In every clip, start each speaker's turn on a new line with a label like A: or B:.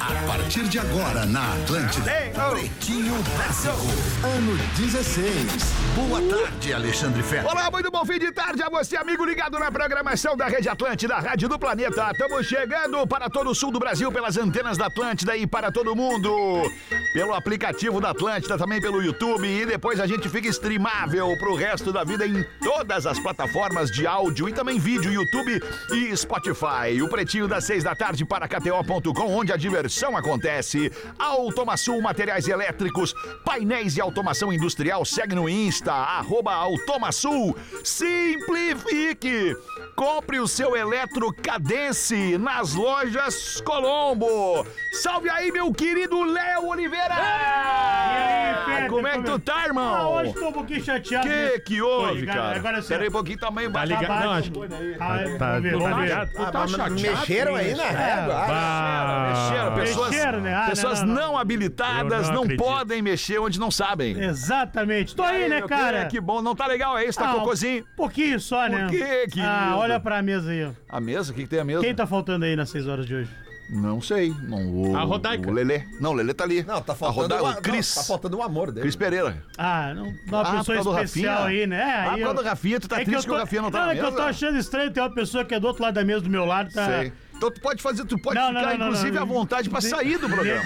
A: A partir de agora na Atlântida. Pretinho Básico, ano 16. Boa tarde, Alexandre Ferro.
B: Olá, muito bom fim de tarde a você, amigo ligado na programação da Rede Atlântida, a Rádio do Planeta. Estamos chegando para todo o sul do Brasil pelas antenas da Atlântida e para todo mundo pelo aplicativo da Atlântida, também pelo YouTube e depois a gente fica streamável para o resto da vida em todas as plataformas de áudio e também vídeo, YouTube e Spotify. O Pretinho das seis da tarde para KTO.com, onde a diversão acontece. Automação Materiais Elétricos, painéis e automação industrial, segue no Insta, arroba Automaçul. Simplifique! Compre o seu Eletro Cadence nas lojas Colombo. Salve aí, meu querido Léo Oliveira!
C: E aí, Pedro,
B: Como é que tu tá,
C: Ah,
B: irmão?
C: hoje tô um pouquinho chateado. né?
B: Que
C: mesmo.
B: que houve,
C: Oi, cara,
B: cara?
C: agora sim.
B: Pera aí um pouquinho, tamanho
D: Tá ligado? Não, acho que.
C: Ah, é,
D: Tá,
C: vamos ver,
D: tu tá
C: vamos ver.
D: ligado?
B: Ah, tá chateado,
E: Mexeram aí né? Ah, na régua.
B: Mexeram, pessoas,
C: Mexeram, né? Ah, não,
B: pessoas não,
C: não, não.
B: habilitadas
D: Eu não
B: não,
D: acredito.
B: podem mexer onde não sabem.
C: Exatamente. Tô aí, né,
B: Meu
C: cara?
B: querido, Que bom, não tá legal, é isso, tá
C: Ah,
B: cocôzinho.
C: Um pouquinho só, né?
B: quê, querido?
C: Ah, olha pra mesa aí. ó.
B: A mesa, o que, que tem a mesa?
C: Quem tá faltando aí nas 6 horas de hoje?
B: Não sei. Não, o,
D: A Rodaica.
B: O Lelê. Não, o Lelê tá ali.
E: Não, tá
B: A
E: faltando
B: Rodaica,
E: o,
B: o Cris.
E: Não, tá faltando o amor dele.
B: Cris Pereira.
C: Ah, não, uma
B: Ah, por
C: pessoa
B: causa do
C: especial
B: Rafinha?
C: aí, né?
B: Ah,
C: Aí,
B: por
C: ó.
B: causa do Rafinha, tu tá
C: É
B: triste que,
C: eu
B: o
C: tô-
B: Rafinha não tá
C: Não,
B: na
C: é que
B: mesa?
C: eu tô achando estranho ter uma pessoa que é do outro lado da mesa do meu lado, tá?
B: Sei. Então tu pode fazer, tu pode
C: Não, não,
B: ficar,
C: não, não,
B: inclusive,
C: não.
B: à vontade pra
C: De-
B: sair do programa.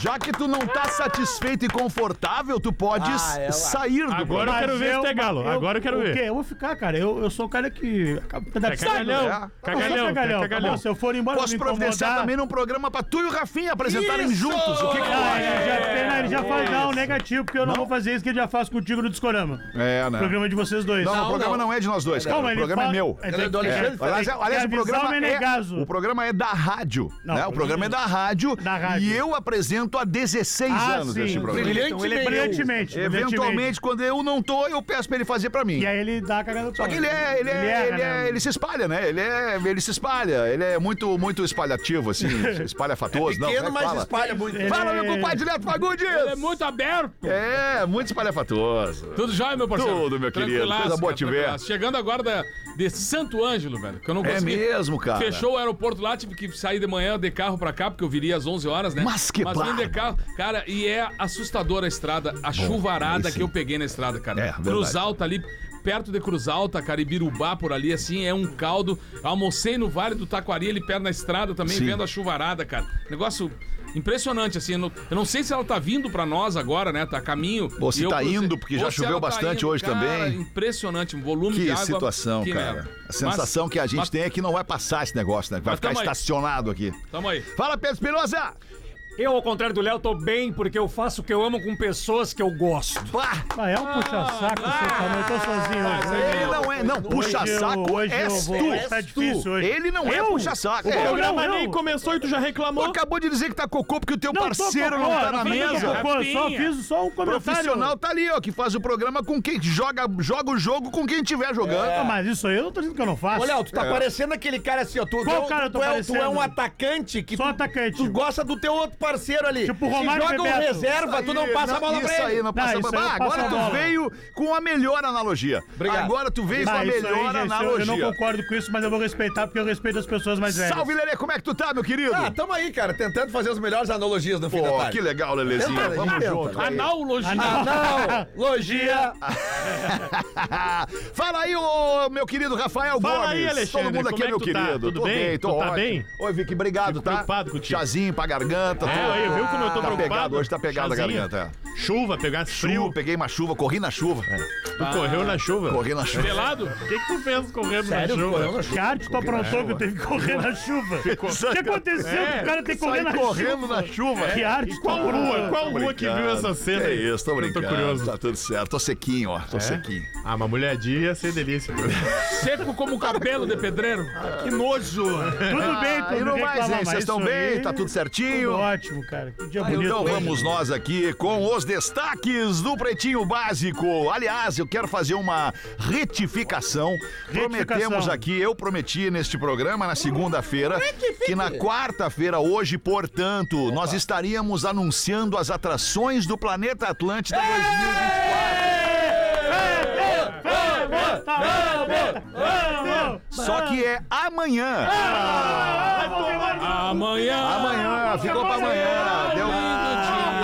B: Já que tu não tá satisfeito e confortável, tu pode
E: Ah, ela-
B: sair do
D: Agora eu
B: programa.
D: quero ver se tu é galo. Agora eu quero
C: o
D: ver.
C: quê? Eu vou ficar, cara. Eu, eu sou o cara que. acaba-
D: É cagalhão.
B: É. Não,
C: Cagalhão,
D: Cagalhão,
C: cagalhão.
D: cagalhão.
C: Tá bom, se eu for embora,
B: Posso
C: me
B: providenciar
C: incomodar-
B: também num programa pra tu e o Rafinha apresentarem juntos. O que que tu
C: Ah, ele já,
B: acha?
C: fez- não, ele já faz já um negativo, porque eu não, vou fazer isso que ele já faz contigo no Discorama.
B: É, né?
C: Programa de vocês dois.
B: Não, o programa não. é de nós dois, cara.
C: Não,
B: o
C: mas ele
B: programa é
C: fala-
B: meu.
C: É, tem-
E: do
C: é,
E: Alexandre
C: tem-
B: Aliás,
C: tem que
B: aliás, o
C: avisar
B: programa
C: Menegaso.
B: é o programa é da rádio,
C: Não,
B: né? O
C: o
B: programa é da rádio,
C: Da rádio.
B: e eu apresento há 16
C: Ah,
B: anos
C: sim.
B: este programa.
C: Brilhante,
E: Brilhante, ele
C: Brilhantemente. brilhantemente.
B: Eventualmente, quando eu não tô, eu peço pra ele fazer pra mim.
C: E aí ele dá a cagada
B: Só que ele é, ele é, ele, é, ele se espalha, né? Ele é, ele se espalha, ele é muito, muito espalhativo assim, espalha fatores, não,
E: Pequeno,
B: como é que
E: mas
B: fala?
E: espalha muito.
C: Ele-
B: Fala meu compadre Neto Fagundes.
F: É muito aberto.
B: É, muito espalhafatoso.
F: Tudo jóia, meu parceiro?
B: Tudo, meu querido.
F: Tranquilaço,
B: Coisa boa te ver.
F: tranquilaço. Chegando agora da, de Santo Ângelo, velho. Que eu não
B: É
F: consegui.
B: mesmo, cara.
F: Fechou o aeroporto lá, tive que sair de manhã de carro pra cá, porque eu viria às 11 horas, né?
B: Mas que
F: Mas vim de
B: barba.
F: carro. Cara, e é assustadora a estrada, a
B: aí
F: chuvarada
B: sim.
F: que eu peguei na estrada, cara.
B: É, verdade.
F: Cruz Alta ali, perto de Cruz Alta, cara, Ibirubá por ali, assim, é um caldo. Almocei no Vale do Taquari, ali perto na estrada também,
B: Sim.
F: vendo a chuvarada, cara. Negócio impressionante, assim. Eu não, eu não sei se ela tá vindo pra nós agora, né? Tá a caminho.
B: Ou se
F: E eu
B: tá
F: cruzei-
B: indo, porque já
F: Ou se
B: choveu
F: ela tá
B: bastante
F: indo.
B: hoje
F: Cara,
B: também.
F: Impressionante, um volume de
B: Que
F: água.
B: situação,
F: que
B: cara.
F: merda.
B: A sensação
F: Mas-
B: que a gente
F: mas
B: tem é que não vai passar esse negócio, né? Vai
F: Mas
B: ficar
F: tamo aí.
B: estacionado aqui.
F: Tamo aí.
B: Fala, Pedro Espinosa!
G: Eu, ao contrário do Léo, tô bem porque eu faço o que eu amo com pessoas que eu gosto.
B: Bah!
C: Ah, é um puxa-saco, seu cara. Eu tô sozinho hoje.
B: Ele não é, não, puxa
C: Hoje eu-
B: saco
C: hoje
B: é
C: eu vou-
B: tu.
C: Tá difícil hoje.
B: Ele não é
D: Eu?
B: puxa saco.
D: O
B: É,
D: programa
C: não,
D: nem
C: não.
D: começou e tu já
B: tu
D: reclamou.
B: acabou de dizer que tá cocô porque o teu
C: Não, tô
B: parceiro
C: cocô,
B: não tá na
C: falei que eu tô
B: mesa.
C: cocô, eu Só
F: Rafinha.
C: fiz só um
B: O
C: comentário.
B: profissional tá ali, ó, que faz o programa com quem joga, joga o jogo com quem estiver jogando.
C: Ah, mas isso aí eu não tô dizendo que eu não faço.
E: Ô, Léo, tu tá
B: É.
E: parecendo aquele cara assim, ó. Tu,
C: Qual
E: tu,
C: cara eu tô
E: tu, é, tu é
C: parecendo?
E: um atacante que
C: Só
E: tu,
C: atacante.
E: tu gosta do teu outro parceiro ali.
C: Tipo o
E: Se
C: Romário
E: joga um
C: Bebeto.
E: reserva, tu não passa a bola
B: isso
E: pra
B: Isso
E: ele.
B: aí, não passa
C: Não,
B: a
C: isso
B: bola.
C: aí
B: Ah,
C: eu passo
B: agora
C: a
B: tu
C: bola.
B: veio com a melhor analogia.
E: Obrigado.
B: Agora tu veio com
C: Ah,
B: a
C: isso aí,
B: melhor
C: gente, isso eu-
B: analogia.
C: Eu não concordo com isso, mas eu vou respeitar porque eu respeito as pessoas mais velhas.
B: Salve, Lelê, como é que tu tá, meu querido?
E: Ah, tamo aí, cara, tentando fazer as melhores analogias no fim da
B: Pô,
E: tarde.
B: que legal, Lelezinho.
E: Tenta,
B: Vamos
E: tenta.
B: junto. Tá aí.
F: Analogia.
E: Analogia.
G: Ah,
B: Fala aí, ô, meu querido Rafael
D: Fala
B: Gomes.
D: aí, Alexandre,
B: Todo mundo aqui
D: como é
B: meu
D: que tu tá?
B: querido.
D: Tudo
B: tô
D: bem?
B: tô
D: Tu tá
B: ótimo.
D: bem?
B: Oi, Vicky, obrigado,
D: Fico
B: tá?
D: preocupado contigo.
B: Chazinho pra garganta.
D: É,
B: tô-
D: aí, viu como eu tô
B: tá
D: preocupado?
B: Pegado, hoje tá pegado
D: Chazinho.
B: a garganta. é.
D: Chuva, pegar
B: Frio,
D: frio. É.
B: peguei uma chuva, corri na chuva.
D: Tu correu na chuva.
B: Corri na chuva.
F: Pelado?
D: O que, que tu fez correndo na chuva?
C: Card, tu aprontou que eu teve que correr na chuva. O que aconteceu?
D: É,
C: o cara tem que correr
B: Saí
C: na
B: correndo
C: chuva.
B: na chuva.
C: Que arte,
D: E qual
B: Ah,
D: rua? Qual rua que viu essa cena
B: É
D: aí?
B: isso, tô
D: Eu tô
B: brincando.
D: curioso.
B: Tá tudo certo. Tô sequinho, ó. Tô sequinho.
D: Ah, uma mulherdinha ia ser delícia.
F: Seco como o cabelo de pedreiro.
D: que nojo!
C: Tudo bem,
B: e
C: tudo
B: Ah, não mais, hein?
C: reclamar,
D: Então,
C: mas
B: Vocês estão
C: isso
B: bem?
C: aí-
B: Tá tudo certinho?
C: Tudo ótimo, cara. Que dia bonito.
B: Então vamos nós aqui com os destaques do Pretinho Básico. Aliás, eu quero fazer uma retificação. Prometemos aqui, eu prometi neste programa na segunda-feira que na quarta-feira hoje, portanto, nós estaríamos anunciando as atrações do Planeta Atlântida 2024. Só que é amanhã.
F: Amanhã.
B: Amanhã, ficou pra amanhã. Deu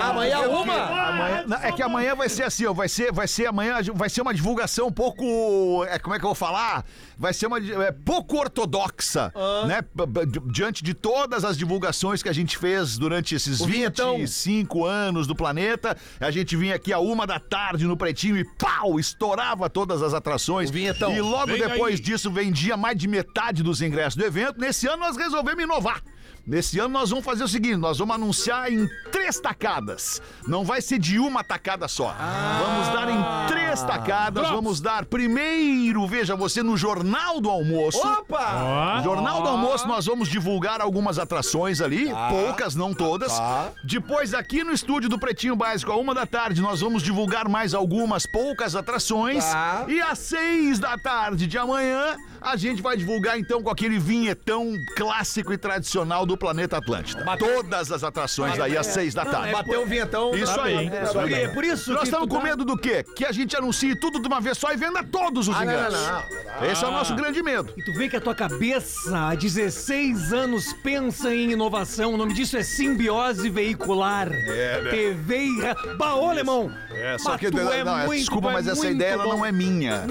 E: Amanhã uma?
B: Amanhã- não, é que amanhã vai ser assim, ó, vai ser, vai ser amanhã, vai ser uma divulgação um pouco, é, como é que eu vou falar? Vai ser uma di- é, pouco ortodoxa, né? B- b- di- Diante de todas as divulgações que a gente fez durante esses 25 anos do planeta, a gente vinha aqui a uma da tarde no Pretinho e pau, estourava todas as atrações.
E: vinhetão.
B: E logo
F: Vem
B: depois
F: aí.
B: disso vendia mais de metade dos ingressos do evento. Nesse ano nós resolvemos inovar. Nesse ano nós vamos fazer o seguinte, nós vamos anunciar em três tacadas. Não vai ser de uma tacada só. Vamos dar em três tacadas. Vamos dar primeiro, veja você, no Jornal do Almoço.
E: Opa!
D: Ó,
B: Jornal do Almoço, nós vamos divulgar algumas atrações ali, poucas, não todas.
E: Tá.
B: Depois, aqui no estúdio do Pretinho Básico, a uma da tarde, nós vamos divulgar mais algumas poucas atrações.
E: Tá.
B: E às seis da tarde de amanhã, a gente vai divulgar então com aquele vinhetão clássico e tradicional do Planeta Atlântida. Todas as atrações daí
E: É.
B: às seis da tarde.
E: Bateu
G: um
E: o vinhetão.
G: Tá
B: Isso aí.
E: É, por, é por isso
B: Nós
E: que
B: estamos
E: tu
B: com
E: tá-
B: medo do quê? Que a gente anuncie tudo de uma vez só e venda todos os
E: Ah, não, não,
B: ingressos.
E: não. Ah.
B: Esse é o nosso grande medo.
G: E tu vê que a tua cabeça, há 16 anos, pensa em inovação. O nome disso é simbiose veicular. É, né? TV e... ra- Bah, ô, alemão!
B: É, só
G: Mas
B: que
G: tu
B: não,
G: é
B: não,
G: muito,
B: desculpa,
G: tu é
B: mas essa
G: muito
B: ideia ela
G: bom.
B: não é minha.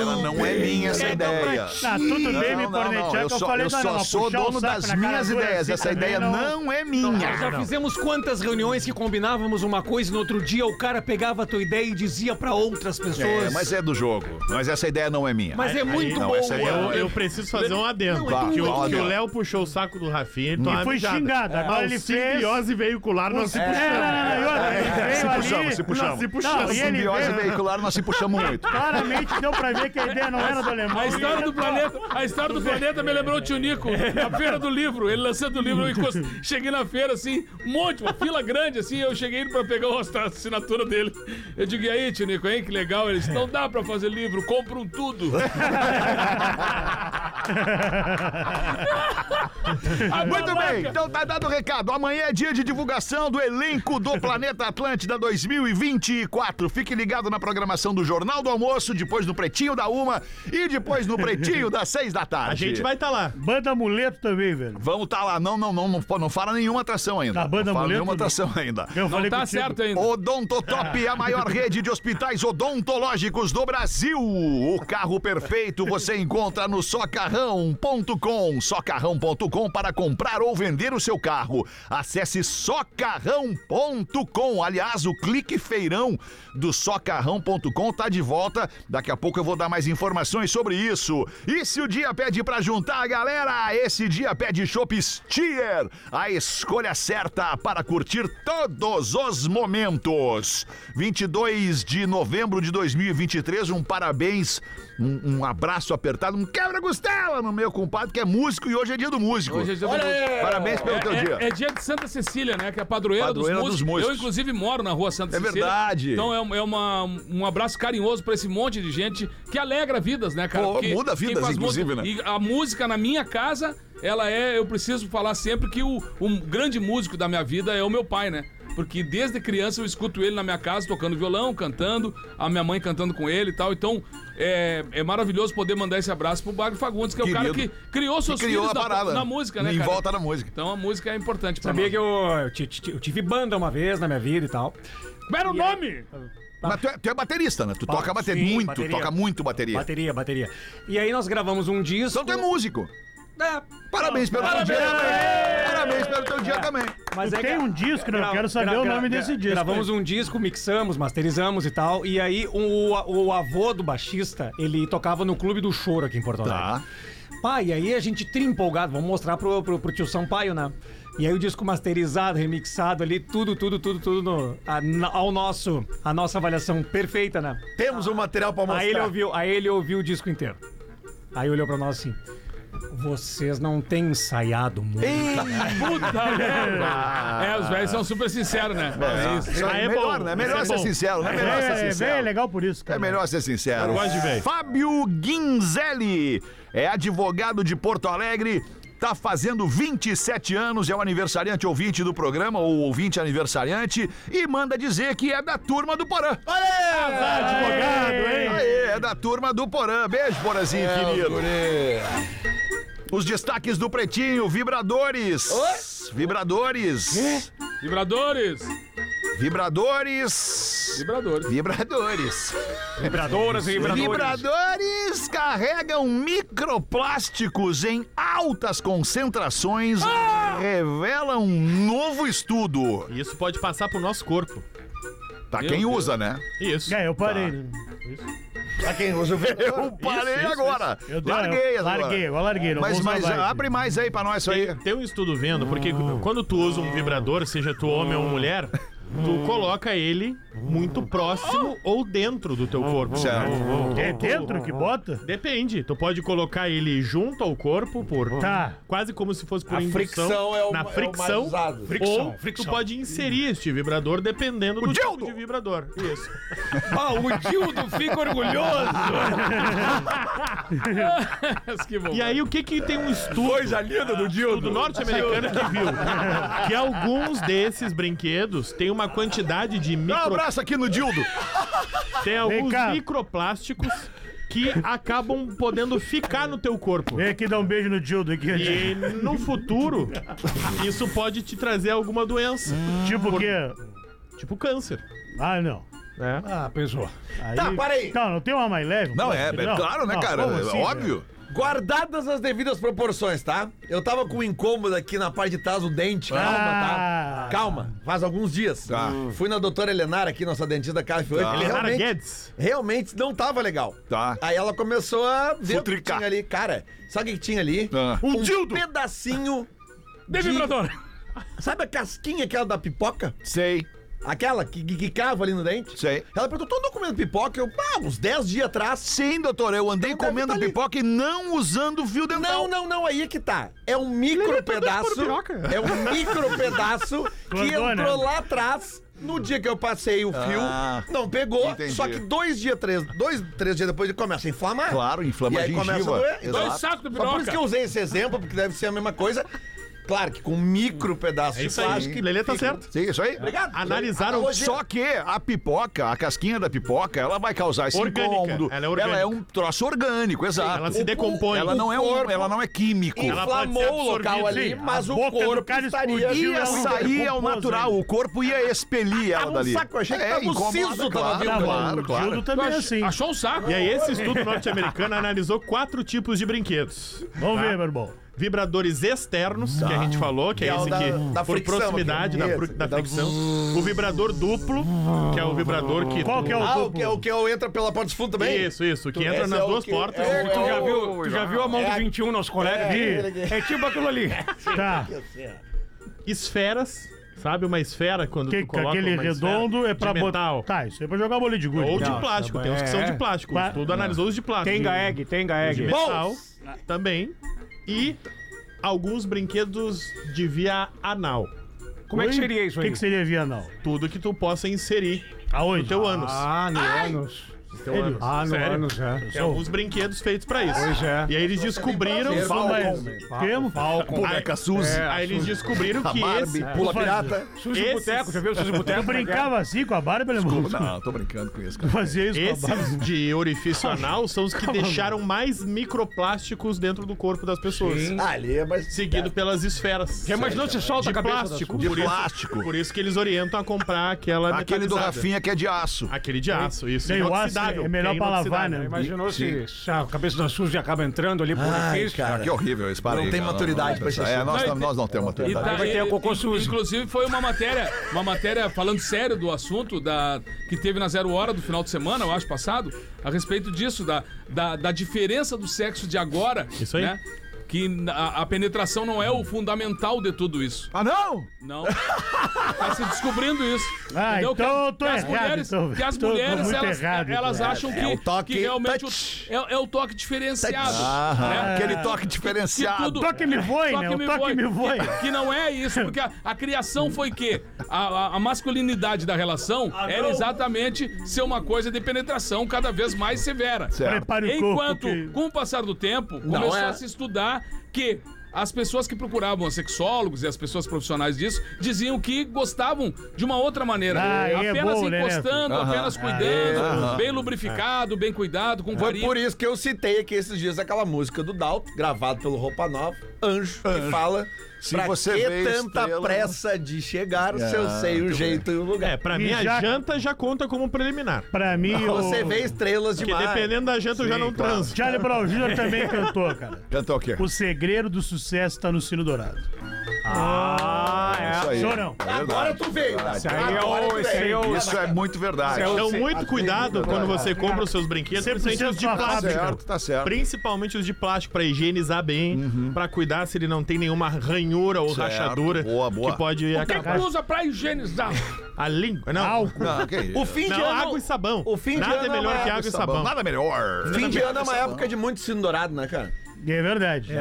B: ela não é minha essa
G: É, não,
B: ideia.
G: pra ti.
C: Tá, tudo
B: Não,
C: bem me
B: não, não, não.
C: cornetear
B: Eu
C: que eu
B: só,
C: falei,
B: eu
C: não,
B: só
C: não, não,
B: sou
C: puxar o
B: dono
C: saco
B: das
C: na cara
B: minhas
C: dura
B: ideias.
C: assim
B: Essa
C: também
B: ideia não, é minha.
G: Já fizemos quantas reuniões que combinávamos uma coisa e no outro dia o cara pegava a tua ideia e dizia pra outras pessoas.
B: É, mas é do jogo. Mas essa ideia não é minha.
G: Mas é muito
B: não,
G: bom.
B: essa aí é
D: Eu,
B: uma-
D: eu preciso fazer um adendo.
B: Não, é
D: que,
B: tudo.
D: o, que o Léo puxou o saco do Rafinha. Ele É,
C: E foi xingado. Agora ele fez-
D: simbiose veicular, nós se
C: É, não,
D: puxamos.
C: não, não, e outra, ele veio
B: É. se
C: ali,
B: puxamos, se puxamos.
C: nós se puxamos.
D: Não,
C: e ele
B: simbiose
C: veio,
B: veicular nós se puxamos muito.
C: claramente deu pra ver que a ideia não era do alemão.
F: A história do planeta, a história do planeta me lembrou o tio Nico, a feira do livro, ele lançando o livro, eu encost- cheguei na feira assim, um monte, uma fila grande assim, eu cheguei pra pegar o- a assinatura dele. Eu digo, e aí tio Nico, hein, que legal, eles não dá pra fazer livro, compram tudo.
B: Muito bem, então tá dado o recado. Amanhã é dia de divulgação do elenco do Planeta Atlântida 2024. Fique ligado na programação do Jornal do Almoço, depois no Pretinho da Uma e depois no Pretinho das seis da tarde.
D: A gente vai estar lá.
C: Banda Muleto também, velho.
B: Vamos tá lá. Não, não, não, não, não fala nenhuma atração ainda.
C: Da banda
B: não fala
C: Muleto,
B: nenhuma
C: não.
B: atração ainda.
C: Eu
F: Não
C: falei
F: tá
C: contigo.
F: certo ainda.
B: Odontotop, a maior rede de hospitais odontológicos do Brasil. O carro perfeito você encontra no socarrão.com. Socarrão.com para comprar ou vender o seu carro. Acesse socarrão.com. Aliás, o clique feirão do socarrão.com tá de volta. Daqui a pouco eu vou dar mais informações sobre isso. E se o dia pede para juntar a galera, esse dia pede Chopp Steer, a escolha certa para curtir todos os momentos. 22 de novembro de 2023, um parabéns, um, um abraço apertado, um quebra-costela no meu compadre, que é músico e hoje é dia do músico.
F: Hoje é dia do
B: Olha
F: músico.
B: aí. Parabéns pelo teu
F: É-
B: dia.
F: É, dia de Santa Cecília, né? Que é a padroeira,
B: Padroeira dos
F: dos, músicos.
B: músicos.
F: Eu, inclusive, moro na rua Santa
B: É
F: Cecília.
B: verdade.
F: Então é, um- é uma, um abraço carinhoso pra esse monte de gente que alegra vidas, né, cara?
B: Pô, muda
F: quem
B: vidas,
F: faz
B: inclusive,
F: música-
B: né?
F: E a música na minha casa, ela é. Eu preciso falar sempre que o, um grande músico da minha vida é o meu pai, né? Porque desde criança eu escuto ele na minha casa tocando violão, cantando, a minha mãe cantando com ele e tal. Então é, é maravilhoso poder mandar esse abraço pro Bagre Fagundes, que é o cara que
B: Querido.
F: criou seus
B: criou
F: filhos
B: a
F: na-
B: parada.
F: tá na, música, né,
B: Em
F: cara?
B: volta da música.
F: Então a música é importante
E: Tá
F: pra
G: Sabia
F: mim.
G: que eu, eu, ti- ti- eu tive banda uma vez na minha vida e tal.
C: Como era o nome?
F: Tá.
B: Mas tu é, tu é baterista, né? Tu
G: Ba-
B: toca bateria
G: sim,
B: muito,
G: bateria.
B: toca muito bateria.
G: Bateria, bateria. E aí nós gravamos um disco.
B: Então tu é músico.
G: É,
B: Parabéns pelo teu dia também. Parabéns É. pelo teu dia também.
G: mas
C: Tu tem
G: gra-
C: um disco, né? Eu
G: gra-
C: quero saber
G: gra-
C: o nome
G: gra-
C: desse disco,
G: Gravamos um disco, mixamos, masterizamos e tal. E aí um, o, o, o avô do baixista, ele tocava no Clube do Choro aqui em Porto Alegre.
B: Tá.
G: Pai, e aí a gente trimpolgado, vamos mostrar pro, pro, pro tio Sampaio, né? E aí o disco masterizado, remixado ali, tudo, tudo, tudo, tudo no- a- na- ao nosso, a nossa avaliação perfeita, né?
E: Temos um material pra mostrar.
G: Aí ele ouviu, aí ele ouviu o disco inteiro. Aí olhou pra nós assim. Vocês não têm ensaiado muito.
F: Puta merda. É, os velhos são super sinceros, né? É isso.
B: Isso aí é melhor, né? Melhor ser sincero, né? Melhor ser
C: É, é, é
B: sincero.
C: legal por isso, cara.
B: É melhor ser sincero.
D: Eu gosto de velho.
B: Fábio Guinzelli é advogado de Porto Alegre. Tá fazendo 27 anos, é o aniversariante ouvinte do programa, ou ouvinte aniversariante, e manda dizer que é da turma do Porã.
D: Advogado, hein?
B: Aê, é da turma do Porã. Beijo, Porãzinho, querido. Os destaques do Pretinho, vibradores. Vibradores.
F: Vibradores.
B: Vibradores.
F: Vibradores.
B: Vibradores.
C: Vibradoras e vibradores.
B: Vibradores carregam microplásticos em altas concentrações, revela um novo estudo.
D: Isso pode passar pro nosso corpo.
B: Pra
F: Meu
B: quem
F: Deus.
B: usa, né?
D: Isso.
C: É, eu parei. né?
B: Tá.
E: Pra quem usa o
B: Eu parei
D: isso,
B: agora.
C: Eu dei-
B: larguei
C: eu,
B: agora.
C: Larguei, agora larguei. Não
B: Mas,
C: vou
B: mas
C: usar mais.
B: abre mais aí pra nós isso aí.
D: Tem, tem um estudo vendo, porque quando tu usa um vibrador, seja tu homem ou mulher, tu coloca ele muito próximo ou dentro do teu corpo.
B: Certo.
C: É dentro que bota?
D: Depende, tu pode colocar ele junto ao corpo por
C: Tá.
D: quase como se fosse por
E: A
D: indução,
E: fricção é o- é
D: na
E: o mais
D: fricção,
E: usado.
D: fricção,
C: Fricção,
D: ou tu
C: fricção.
D: pode inserir este vibrador dependendo do tipo
B: dildo!
D: de vibrador. Isso.
F: Ah, o Dildo fica orgulhoso. Mas que bom.
D: E aí o que que tem um estudo? Coisa linda do Dildo. Estudo norte-americano que viu que alguns desses brinquedos têm uma quantidade de
B: Dá um
D: micro
B: abraço aqui no Dildo.
D: Tem
C: Vem
D: alguns
C: cá.
D: microplásticos que acabam podendo ficar no teu corpo.
C: Vem aqui dar um beijo no Dildo aqui.
D: E no futuro, isso pode te trazer alguma doença,
C: Tipo o quê?
D: tipo câncer.
C: Ah, não.
G: Ah, pessoal.
C: Aí...
E: Tá, para aí.
C: Não, não tem uma mais leve?
B: Não,
C: Pô,
B: é, é claro, né,
C: não,
B: cara?
C: como
B: É
C: assim,
B: óbvio.
E: Guardadas as devidas proporções, tá? Eu tava com um incômodo aqui na parte de trás do dente. Calma,
C: Ah.
E: tá? Calma. Faz alguns dias.
B: Tá.
E: Fui na doutora Helenara aqui, nossa dentista Carla Fiore.
B: Tá.
E: Ele
D: Leonardo
E: realmente,
D: Guedes.
E: realmente não tava legal.
B: Tá.
E: Aí ela começou a ver o que
B: Futricar.
E: tinha ali. Cara, sabe o que tinha ali?
B: Ah.
E: Um, pedacinho...
F: De vibrador.
E: Sabe a casquinha aquela da pipoca?
B: Sei,
E: Aquela que, que, que cava ali no dente?
B: sei.
E: Ela perguntou, tu andou comendo pipoca? Eu, ah, uns 10 dias atrás.
B: Sim, doutor, eu andei
E: Então deve
B: comendo
E: tá ali.
B: pipoca e não usando fio
E: Não,
B: dental.
E: não, não, aí é que tá. É um micro pedaço. É um micro pedaço que
C: Grandona.
E: entrou
D: né?
E: lá atrás. No dia que eu passei o fio,
B: Ah,
E: não pegou.
B: entendi.
E: Só que dois dias, três, dois, três dias depois ele começa a inflamar.
B: Claro, inflama
E: e
B: a
E: aí
B: gengiva.
E: começa a doer.
B: Exato.
E: Então,
F: Dois sacos de
E: só por isso
F: piroca.
E: que eu usei esse exemplo, porque deve ser a mesma coisa. Claro que com um micro pedaço de
D: Isso aí,
E: plástico.
D: que Lelê tá certo.
B: Sim, isso aí.
E: Obrigado.
D: Analisaram
E: Analogia.
B: Só que a pipoca, a casquinha da pipoca, ela vai causar esse
D: Orgânica.
B: incômodo.
D: Ela é orgânica.
B: um troço orgânico, exato.
D: Ela se decompõe.
B: Ela não é um,
E: corpo-
B: ela não é químico.
D: Ela pode
E: Inflamou
D: ser
E: o local
D: absorvida,
E: ali,
D: sim.
E: mas
C: A
E: o
C: boca do
E: corpo
C: cara
E: estaria...
D: né?
C: explodiu,
B: Ia
C: ela não
B: sair ao
C: decomposa,
B: natural, o corpo ia expelir ela
E: um
B: dali. É,
E: saco, eu achei que tava o
B: incomodada,
E: siso, tava
B: claro,
E: vindo ali.
B: claro,
C: né? Tá O
B: claro.
C: Dildo também é assim.
F: Achou um saco.
D: E aí esse estudo norte-americano analisou quatro tipos de brinquedos.
C: Vamos ver, meu irmão.
D: vibradores externos, que a gente
C: Ah.
D: falou, que é
E: Que é o
D: esse
E: da-
D: que
E: da
D: por
E: fricção,
D: proximidade
E: aquele.
D: da, fru- da
E: Isso,
D: fricção, o vibrador duplo, que é o vibrador que
C: Qual
D: tu-
C: que é o
E: Ah, o
C: duplo?
E: que, o que eu entra pela porta de fundo também?
D: Isso, isso, que entra
E: Esse
D: nas
E: é o
D: duas
E: que-
D: portas. um,
E: é o-
D: Tu
E: é
D: já
E: o-
D: viu?
G: Tu já viu a mão do 21, nosso colega?
E: aquele
G: É, tipo aquilo ali.
C: Tá.
D: Esferas, sabe uma esfera quando
C: Que,
D: tu coloca
C: aquele
D: uma esfera
C: redondo é pra
D: de metal.
C: botar. Tá, isso é pra jogar bolinho de gude.
D: Ou
C: Não. tá é.
D: de plástico, tem uns que são de plástico. O
C: Mas- é
D: estudo analisou os de plástico.
G: Tem gaeg, tem
D: De
G: gaeg.
D: metal também. E alguns brinquedos de via anal.
G: Como é que
C: Oi?
G: seria isso
C: O
G: aí?
C: que, que seria via anal?
D: Tudo que tu possa inserir
C: Aonde?
D: no teu ânus.
G: Ah, no ânus.
D: Teu
C: sério?
D: ânus.
G: Ah, no
D: Sério.
G: ânus, é.
D: Tem alguns brinquedos feitos pra isso.
G: Pois é.
D: E aí eles descobriram.
C: Sou mais. Temos?
B: Boneca Suzy.
G: É,
D: Aí eles descobriram que esse.
E: Pula pirata.
G: Suzy
D: Esses-
G: Boteco, já viu o Suzy Boteco?
C: Eu brincava assim com a Bárbara, meu irmão.
B: Não, tô brincando com isso,
C: Tu
B: cara.
C: Fazia isso com a Bárbara.
D: Esses de orifício anal são os que deixaram mais microplásticos dentro do corpo das pessoas.
E: Ah, ali é mais...
D: Seguido pelas esferas.
G: Já imaginou se solta a
D: De
G: cabeça
D: plástico.
B: De
D: por, isso,
B: plástico.
D: por isso que eles orientam a comprar aquela.
B: Aquele do
D: metalizada.
B: Rafinha que é de aço.
D: Aquele de aço, isso.
C: Tem o aço,
D: inoxidável,
C: é melhor
D: que
C: pra lavar,
D: inoxidável.
C: né?
G: Imaginou se, se a cabeça da Suzy acaba entrando ali por
E: Ai,
G: orifício?
E: cara.
B: Que é horrível esse parei,
E: Não tem
B: cara,
E: maturidade
B: não, não,
E: pra esse
B: É, nós,
F: assunto.
B: nós não temos
F: E
B: maturidade.
F: tá-
G: vai ter o cocô
F: e-
G: sujo.
F: Inclusive foi uma matéria, uma matéria falando sério do assunto da que teve na Zero Hora do final de semana, eu acho passado, a respeito disso da, da, da diferença do sexo de agora,
D: Isso aí.
F: né? que a, a penetração não é o fundamental de tudo isso.
B: Ah, não?
F: Não. tá se descobrindo isso.
C: Ah,
F: Entendeu? Que
C: então
F: as-
C: eu tô
F: que as
C: errado,
F: mulheres,
C: então.
F: que as
C: Tô- tô
F: mulheres
C: muito
F: elas,
C: errado,
F: elas
C: então.
F: acham que,
A: É o toque-
F: que realmente o-
A: touch.
F: é, é o toque diferenciado. né?
B: Aquele toque
F: Se
B: diferenciado.
F: tudo-
C: Toque me voe, né? O toque me voe.
F: Que, que não é isso, porque a, a criação foi que a, a- a masculinidade da relação
C: Ah,
F: era exatamente ser uma coisa de penetração cada vez mais severa.
B: Certo.
C: Prepare o corpo.
F: Enquanto,
C: que-
F: com o passar do tempo, começou
E: é.
F: a se estudar que as pessoas que procuravam sexólogos e as pessoas profissionais disso diziam que gostavam de uma outra maneira.
C: Ah, aí é
F: apenas
C: bom, né,
F: encostando, apenas cuidando, bem lubrificado, bem cuidado, com
E: É. Foi
F: carinho.
E: por isso que eu citei aqui esses dias aquela música do Dalton, gravada pelo Roupa Nova, Anjo, que fala
B: Se
E: pra
B: você
E: que
B: vê
E: tanta
B: estrela- Ah,
E: pressa de chegar se eu sei o jeito né? e o lugar.
D: É, pra
C: E
D: mim
C: já-
D: a janta já conta como preliminar.
C: Pra mim,
E: Você
C: o...
E: vê estrelas
D: Porque
E: demais.
D: dependendo da janta eu já não
B: claro.
D: transo.
C: Charlie Brown Jr. também cantou, cara.
B: Cantou o quê?
C: O segredo do sucesso tá no sino dourado.
B: Isso aí.
C: Chorão.
B: É verdade.
E: Agora tu veio.
B: Isso
E: Agora tu veio.
B: Isso é muito verdade.
D: Então,
B: Ah,
D: muito cuidado quando você compra os seus brinquedos,
C: 100%
D: principalmente os de
B: Tá
C: tá
D: plástico.
B: certo, tá certo.
D: Principalmente os de plástico, pra higienizar bem, pra cuidar se ele não tem nenhuma ranhura ou
B: Certo.
D: rachadura
B: Boa, boa.
D: que pode
F: O que, que
D: acabar.
F: tu Então, usa pra higienizar?
D: A língua. Não,
C: Álcool.
B: Não, que isso. tá
E: O fim de
D: não
E: ano.
D: água e sabão.
E: o fim de
D: Nada
E: ano
D: é
E: é
D: melhor
E: uma
D: que
E: água
D: água e sabão.
B: Nada melhor.
E: Fim de ano é uma época de muito sino dourado, né, cara?
C: É verdade.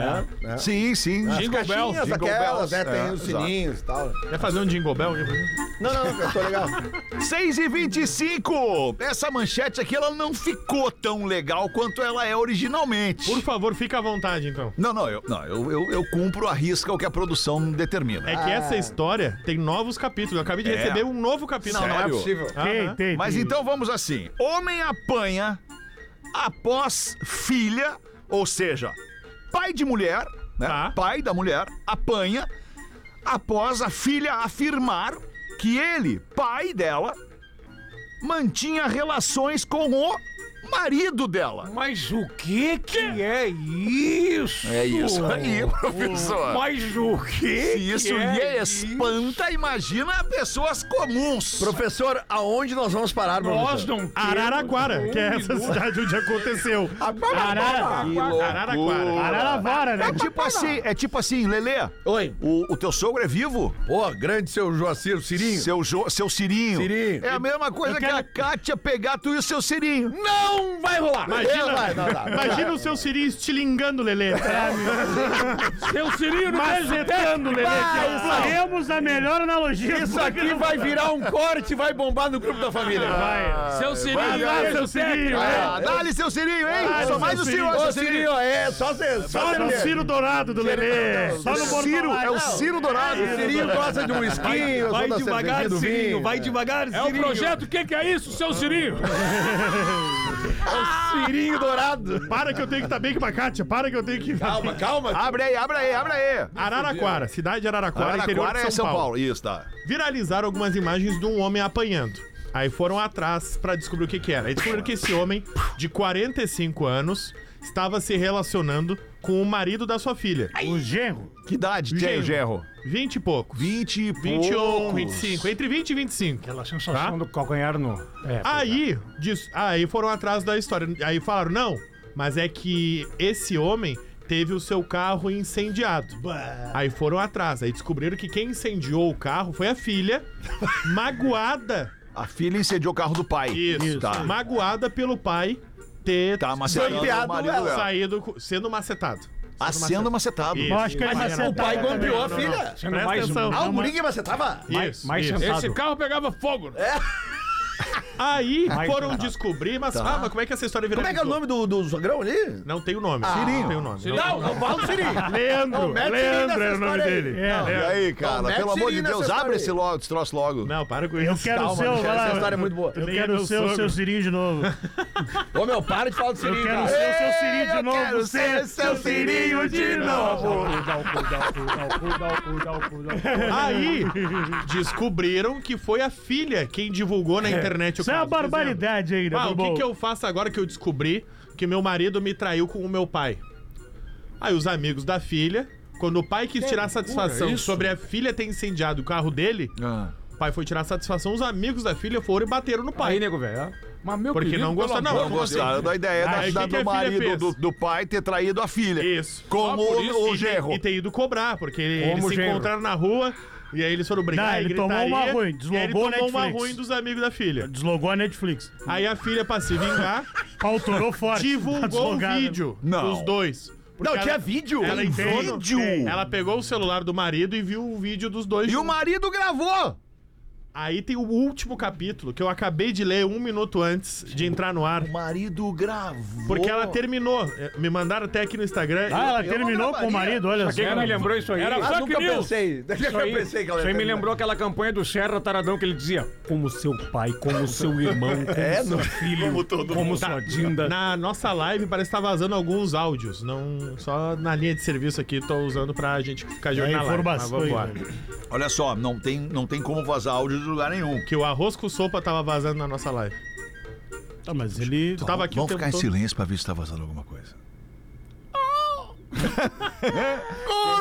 B: Sim, sim.
F: Jingle bells.
E: Tinha
B: Jingle
E: aquelas,
B: bells,
E: né? Tem
B: é,
E: os
B: exato.
E: sininhos e tal.
D: Quer fazer um jingle bell?
E: Não, não, eu tô legal.
B: 6 e 25 Essa manchete aqui, ela não ficou tão legal quanto ela é originalmente.
D: Por favor, fica à vontade, então.
B: Não, não, eu, não eu, eu, eu cumpro a risca o que a produção determina.
D: É
E: Ah.
D: que essa história tem novos capítulos. Eu acabei de
B: É.
D: receber um novo capítulo.
B: Não, não é
D: Sério?
B: possível.
C: Tem,
D: Aham.
C: tem,
B: Mas
C: tem.
B: então vamos assim. Homem apanha após filha, ou seja, pai de mulher, né?
D: Tá.
B: Pai da mulher apanha após a filha afirmar que ele, pai dela, mantinha relações com o marido dela.
H: Mas o que que é isso?
B: É isso aí, professor.
H: Mas o que
B: Se isso
H: que
B: lhe
H: é
B: espanta, imagina pessoas comuns.
E: Professor, aonde nós vamos parar,
H: Nós
E: professor?
H: não temos
D: Araraquara,
H: um
D: que é essa
H: minuto.
D: cidade onde aconteceu.
C: Arara...
D: Araraquara.
C: Araravara, né?
B: É tipo assim, é tipo assim, Lelê,
E: Oi.
B: o, o teu sogro é vivo?
E: Ô, grande seu Joacir Sirinho.
B: Seu, jo, seu Cirinho.
E: Cirinho.
B: É a mesma coisa que a Kátia pegar tu e o seu Cirinho.
E: Não vai rolar.
D: Imagina-
E: Não vai, não dá.
D: Imagina o seu Siri estilingando, Lelê.
H: Seu Cirino,
G: é um
C: Mazetando, Lelê.
E: Vai,
C: Temos a melhor analogia.
E: Isso aqui vai virar um corte e vai bombar no grupo da família.
C: Vai.
F: Seu é
C: Vai
F: Cirilo,
C: lá, seu Cirinho. hein?
B: Ah, dá-lhe seu Cirinho, hein?
C: Ah,
B: Só
C: seu
B: mais o Ciro,
C: Cirinho.
B: ó, seu
E: Ô,
B: Cirinho.
E: Sirinho, é só você. Só
C: É o
E: você.
C: Ciro Dourado do Lelê. Só no
B: O Ciro, é o
C: Bortolanho.
B: Ciro Dourado.
E: O Sirinho gosta de um esquinho, eu sou da cervejinha do vinho.
H: vai devagar,
F: é o projeto, o que, que é isso, seu Cirilo?
E: Sirinho dourado.
D: É, Para que eu tenho que estar bem com a Kátia. Para que eu tenho que.
E: Calma, calma.
B: Abre aí, abre aí, abre aí.
D: Araraquara, cidade de Araraquara, interior
B: Araraquara
D: de
B: é São
D: São, Paulo.
B: Paulo. Isso, tá.
D: Viralizaram algumas imagens de um homem apanhando. Aí foram atrás pra descobrir o que, que era. Aí descobriram que esse homem, de 45 anos, estava se relacionando com o marido da sua filha.
C: O genro.
B: Que idade tem o Gerro?
D: 20 e pouco.
B: 20 e
D: 21,
B: poucos.
D: 25. Entre 20 um, e 25.
G: Aquela sensação do calcanhar no. É,
D: Aí, diz- aí foram atrás da história. Aí falaram, não, mas é que esse homem teve o seu carro incendiado. Aí foram atrás, aí descobriram que quem incendiou o carro foi a filha, magoada.
B: A filha incendiou o carro do pai. Tá.
D: Magoada pelo pai ter
B: Tá macerando o
E: Golpeado
B: marido
E: ela.
B: dela.
D: saído, co- sendo macetado.
B: Ah, sendo macetado.
D: Isso.
C: Eu acho que é
E: O pai golpeou a
D: não, não.
E: filha.
G: sendo
D: presta
G: mais
D: atenção.
G: um.
E: Ah, o Muringa você tava?
G: Mais,
D: Isso,
G: mais
D: isso.
G: sentado.
F: Esse carro pegava fogo.
E: É.
D: Aí
G: Mais
D: foram
G: errado.
D: descobrir, mas ah, mas como é que essa história virou?
E: Como é que é o nome do, do sogrão ali?
D: Não tem o nome. Não tem o nome.
E: Não, não fala o Sirinho.
D: Leandro,
E: mete
D: Leandro
E: nessa
D: era o nome
E: história aí.
D: dele.
C: É,
B: E aí, cara,
E: Não, mete
B: pelo amor de
E: Cirinho
B: Deus,
E: nessa história
B: abre esse,
E: aí.
B: logo, esse troço logo.
D: Não, para com
C: Eu
D: isso.
C: quero o seu, vai lá.
E: essa história é muito boa.
C: Eu
D: Nem
C: quero
D: é
C: o
D: meu
C: seu,
D: sogro.
C: seu Cirinho de novo. Eu
E: Ô, meu, para de falar do Sirinho.
C: quero o
E: cara.
C: seu, seu Cirinho de novo. Seu, seu
E: Cirinho de novo.
D: Aí descobriram que foi a filha quem divulgou na internet o
C: Isso é uma
D: caso, dizendo,
C: barbaridade aí, né?
D: "Ah, o que,
C: Bom,
D: que eu faço agora que eu descobri que meu marido me traiu com o meu pai? Aí os amigos da filha, quando o pai quis tirar satisfação sobre a filha ter incendiado o carro dele,
B: Ah.
D: pai foi tirar satisfação, os amigos da filha foram e bateram no pai.
G: Aí, nego, velho.
F: Mas meu
D: Porque
F: querido,
D: não assim?
F: pelo
D: gosta- não,
F: amor
B: Não
F: de
B: gostaram da ideia da,
D: Aí,
B: da-
D: Ah, que
B: do
D: que a filha
B: marido,
D: fez?
B: do, do pai ter traído a filha.
D: Isso.
B: Com
F: Só por isso,
B: o, o
D: e,
B: gerro.
D: E ter ido cobrar, porque
G: Como
D: eles se
G: genro.
D: encontraram na rua e aí eles foram
C: Não,
D: brigar. e
C: ele tomou
D: gritaria,
C: uma ruim,
D: e aí ele
C: deslogou
D: tomou
C: a
D: uma
C: Netflix.
D: ruim dos amigos da filha.
C: Deslogou a Netflix.
D: Aí a filha, pra se vingar,
C: Pautorou forte.
D: divulgou um
C: Deslogada.
D: vídeo
B: Não.
D: dos dois. Porque
E: Não,
D: ela-
E: tinha vídeo.
D: Ela
C: Tem
D: entrou no-
B: vídeo?
D: Ela pegou o celular do marido e viu o vídeo dos dois.
B: E o
D: juntos.
B: marido gravou.
D: Aí tem o último capítulo que eu acabei de ler um minuto antes de entrar no ar.
B: O marido gravou.
D: Porque ela terminou. É, Me mandaram até aqui no Instagram.
C: Ah, ela
E: Eu não
C: terminou com o
E: gravaria.
C: marido, olha só.
G: Quem é me lembrou isso aí?
F: Era
G: isso
F: fake
E: nunca
F: news.
E: pensei. Nunca
G: aí,
E: pensei que ela
G: isso
E: ia
G: aí me
E: terminar.
G: lembrou aquela campanha do Serra Taradão que ele dizia: Como seu pai, como seu irmão, como
E: É,
G: seu filho, como, sua dinda.
D: Na nossa live parece que tá vazando alguns áudios, não só na linha de serviço aqui, tô usando pra gente ficar de olho
C: É
D: na live. mas
C: informação aí,
D: vambora.
B: Olha só, não tem, não tem como vazar áudio de lugar nenhum.
D: Que o arroz com sopa tava vazando na nossa live.
C: Tá, mas ele.
D: Tu tava aqui
B: Então, Vamos
D: o tempo
B: ficar em
D: todo.
B: silêncio pra ver se tá vazando alguma coisa.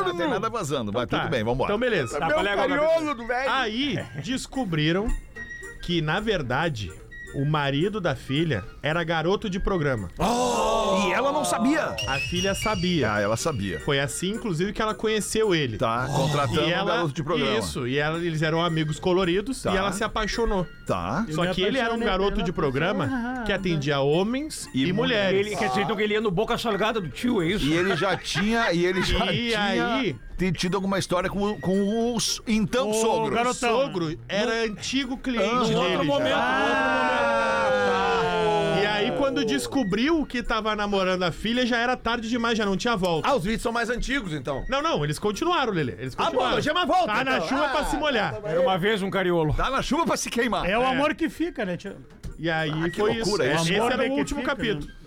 B: não tem nada vazando, mas
D: Tá,
B: tudo bem, vambora. Ah,
D: Então beleza.
G: Tá, qual é agora,
D: Aí descobriram que, na verdade, o marido da filha era garoto de programa.
B: E ela não sabia.
D: A filha sabia.
B: Ah, ela sabia.
D: Foi assim, inclusive, que ela conheceu ele.
B: Tá, contratando
D: E
B: um
D: ela,
B: garoto de programa.
D: isso, e ela- eles eram amigos coloridos
B: Tá.
D: e ela se apaixonou.
B: Tá.
D: Só
C: me
D: que ele era um
C: apaixonei
D: garoto
C: pela
D: de programa que atendia homens
B: E
D: e, mulheres.
G: Ele, quer dizer, então que ele ia no boca salgada do tio, é isso?
B: E ele já tinha, e ele já
D: E
B: tinha
D: aí?
B: ter tido alguma história com, com os então
C: Ô,
B: sogros.
D: O
C: garotão.
D: sogro era antigo
B: Ah,
D: cliente
B: num
D: dele.
F: Outro
D: já.
F: momento,
D: E aí, quando descobriu que tava namorando a filha, já era tarde demais, já não tinha volta.
E: Ah, os vídeos são mais antigos, então.
D: Não, não, eles continuaram, Lelê. Eles
E: Ah, bom,
D: continuaram.
E: mas chama a volta.
D: Tá na
E: então.
D: chuva
E: Ah,
D: pra se molhar.
G: Era uma vez um cariolo.
B: Tá na chuva pra se queimar.
C: É o amor que fica, né? tio?
D: E aí
B: Ah, que
D: foi
B: loucura
D: isso.
B: isso.
D: Esse
C: O amor
D: era
C: é
D: o
C: que
D: último
F: né?
C: fica,
D: capítulo.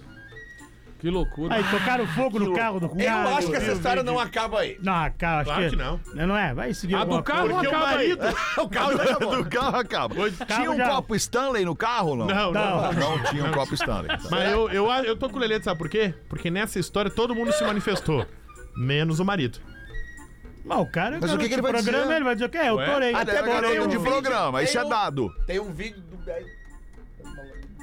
F: Que loucura.
C: Aí tocaram fogo no carro do
E: Eu
C: cara,
E: acho que essa
C: viu,
E: história
C: vídeo.
E: não acaba aí.
C: Não, cara, acho
D: Claro que não.
C: Não é? Vai seguir
F: a do
C: alguma
F: carro
D: Porque o
F: Tá, acaba aí.
D: marido...
B: O carro do carro acaba. Tinha um
C: já-
B: copo Stanley no carro, não?
D: Não, não.
C: Não.
B: Não tinha um copo Stanley. Tá.
D: Mas eu, eu, eu tô com o Lelê, sabe por quê? Porque nessa história todo mundo se manifestou. Menos o marido.
C: Mas o cara
B: Mas o que que ele vai
C: programa,
B: dizer?
C: ele vai dizer o quê? Eu
D: Ué?
C: torei.
B: Até
E: agora
B: agora
E: tem um
B: de
E: vídeo,
B: programa,
E: tem
B: isso é
E: um-
B: dado.
E: Tem um vídeo do velho.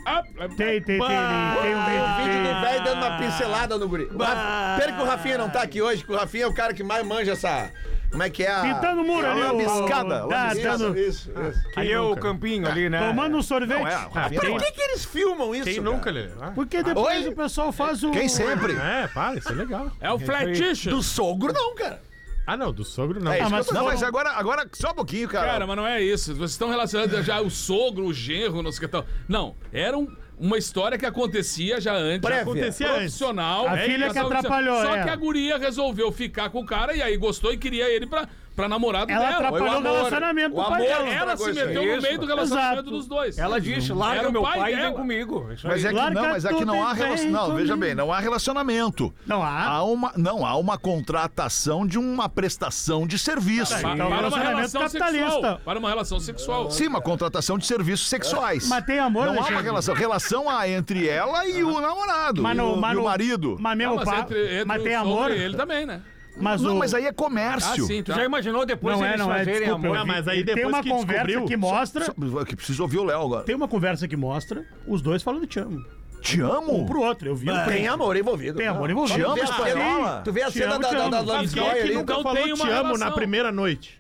F: Ah,
C: Tem, tem, tem, tem, tem um
E: Tem
C: vídeo. Ah.
E: um vídeo do
C: tem.
E: velho dando uma pincelada no guri. Ra- Pena que o Rafinha não tá aqui hoje, que o Rafinha é o cara que mais manja essa. Como é que é? a-
C: Pintando o muro ali, tá, o-
B: lambiscada,
C: o- Dá,
B: lambiscada.
E: Isso,
C: dando, Ah.
E: isso, isso.
G: Aí é o campinho ali, né?
C: tomando um sorvete.
B: Não é, o Rafinha
E: Por
B: não é.
E: que, que eles filmam isso?
D: Quem
E: cara?
D: nunca, Lelê? Ah,
C: Porque depois
B: Oi?
C: o pessoal faz um- o.
B: Quem sempre?
D: É, para, isso é legal.
F: É o fletiche.
E: Do sogro, não, cara.
D: Ah, não, do sogro não.
B: É isso
C: Ah,
B: que
C: mas
B: eu tô- não,
C: não-
B: mas agora, agora só um pouquinho, cara.
F: Cara, mas não é isso. Vocês estão relacionando já o sogro, o genro, não sei o que tal. Não, era um- uma história que acontecia já antes.
C: É,
E: Prévia.
D: Acontecia antes.
F: profissional.
C: A
F: É,
C: filha
F: e
C: que
F: casal-
C: atrapalhou,
F: Só
C: é.
F: que a guria resolveu ficar com o cara e aí gostou e queria ele pra, pra namorado
C: Ela
F: dela.
C: atrapalhou o
E: amor.
C: Tá relacionamento
E: O
C: do pai
E: amor. assim.
C: dela.
F: Ela se
E: Isso aí.
F: meteu no
G: Isso,
F: meio do
G: mano.
F: relacionamento
C: Exato.
F: dos dois.
G: Ela disse:
F: Era
G: larga
F: o
G: meu
F: pai
G: pai, e vem
F: dela.
G: comigo. Isso
B: Mas
G: aí.
B: é que
C: Larga
B: não, mas aqui não há
C: tudo e vem
B: relacionamento. Não, veja
C: comigo.
B: bem, não há relacionamento.
C: Não há.
B: Há uma, não, há uma contratação de uma prestação de serviço.
F: Pa-
C: Então,
F: para uma
C: relacionamento
F: relação
C: capitalista.
F: sexual. Para uma relação sexual.
B: Sim, uma contratação de serviços sexuais.
C: Mas tem amor,
B: Não há uma
C: Alexandre.
B: relação. Relação há entre ela e o namorado.
C: Mas
B: e
C: no-
B: o,
C: mas
B: e o
C: no-
B: marido.
C: Mas
F: Ah,
C: meu
F: mas
C: pai.
F: entre- entre
D: um
C: Mas
F: o
C: tem
F: sogro
C: amor.
F: e ele também, né?
C: Mas
B: Não,
C: o.
B: mas aí é
F: Ah,
B: comércio.
F: sim,
G: Tu
F: tá.
G: já imaginou depois
C: Não é,
G: eles
C: não é.
G: fazerem
C: Desculpa.
G: amor?
D: Não, mas aí
C: E tem
D: depois
C: uma
D: que
C: conversa
D: descobriu-
C: que mostra.
B: Só- que Preciso ouvir o Léo agora.
C: Tem uma conversa que mostra os dois falando te amo.
B: Te amo?
C: Um pro outro. Eu vi. o
E: Tem
C: print.
E: amor envolvido.
C: Tem amor
E: Não.
C: envolvido.
B: Te amo,
E: Tu vê a
B: espanhola?
E: cena- Tu vê a
C: Te
E: cena
C: amo,
E: da,
C: te
E: da,
C: amo.
E: da
F: Mas
D: Quem
E: Lambisgoia
D: é que
E: ali.
D: nunca
F: Então
D: falou
F: tem uma
D: te amo na
F: relação.
D: primeira noite?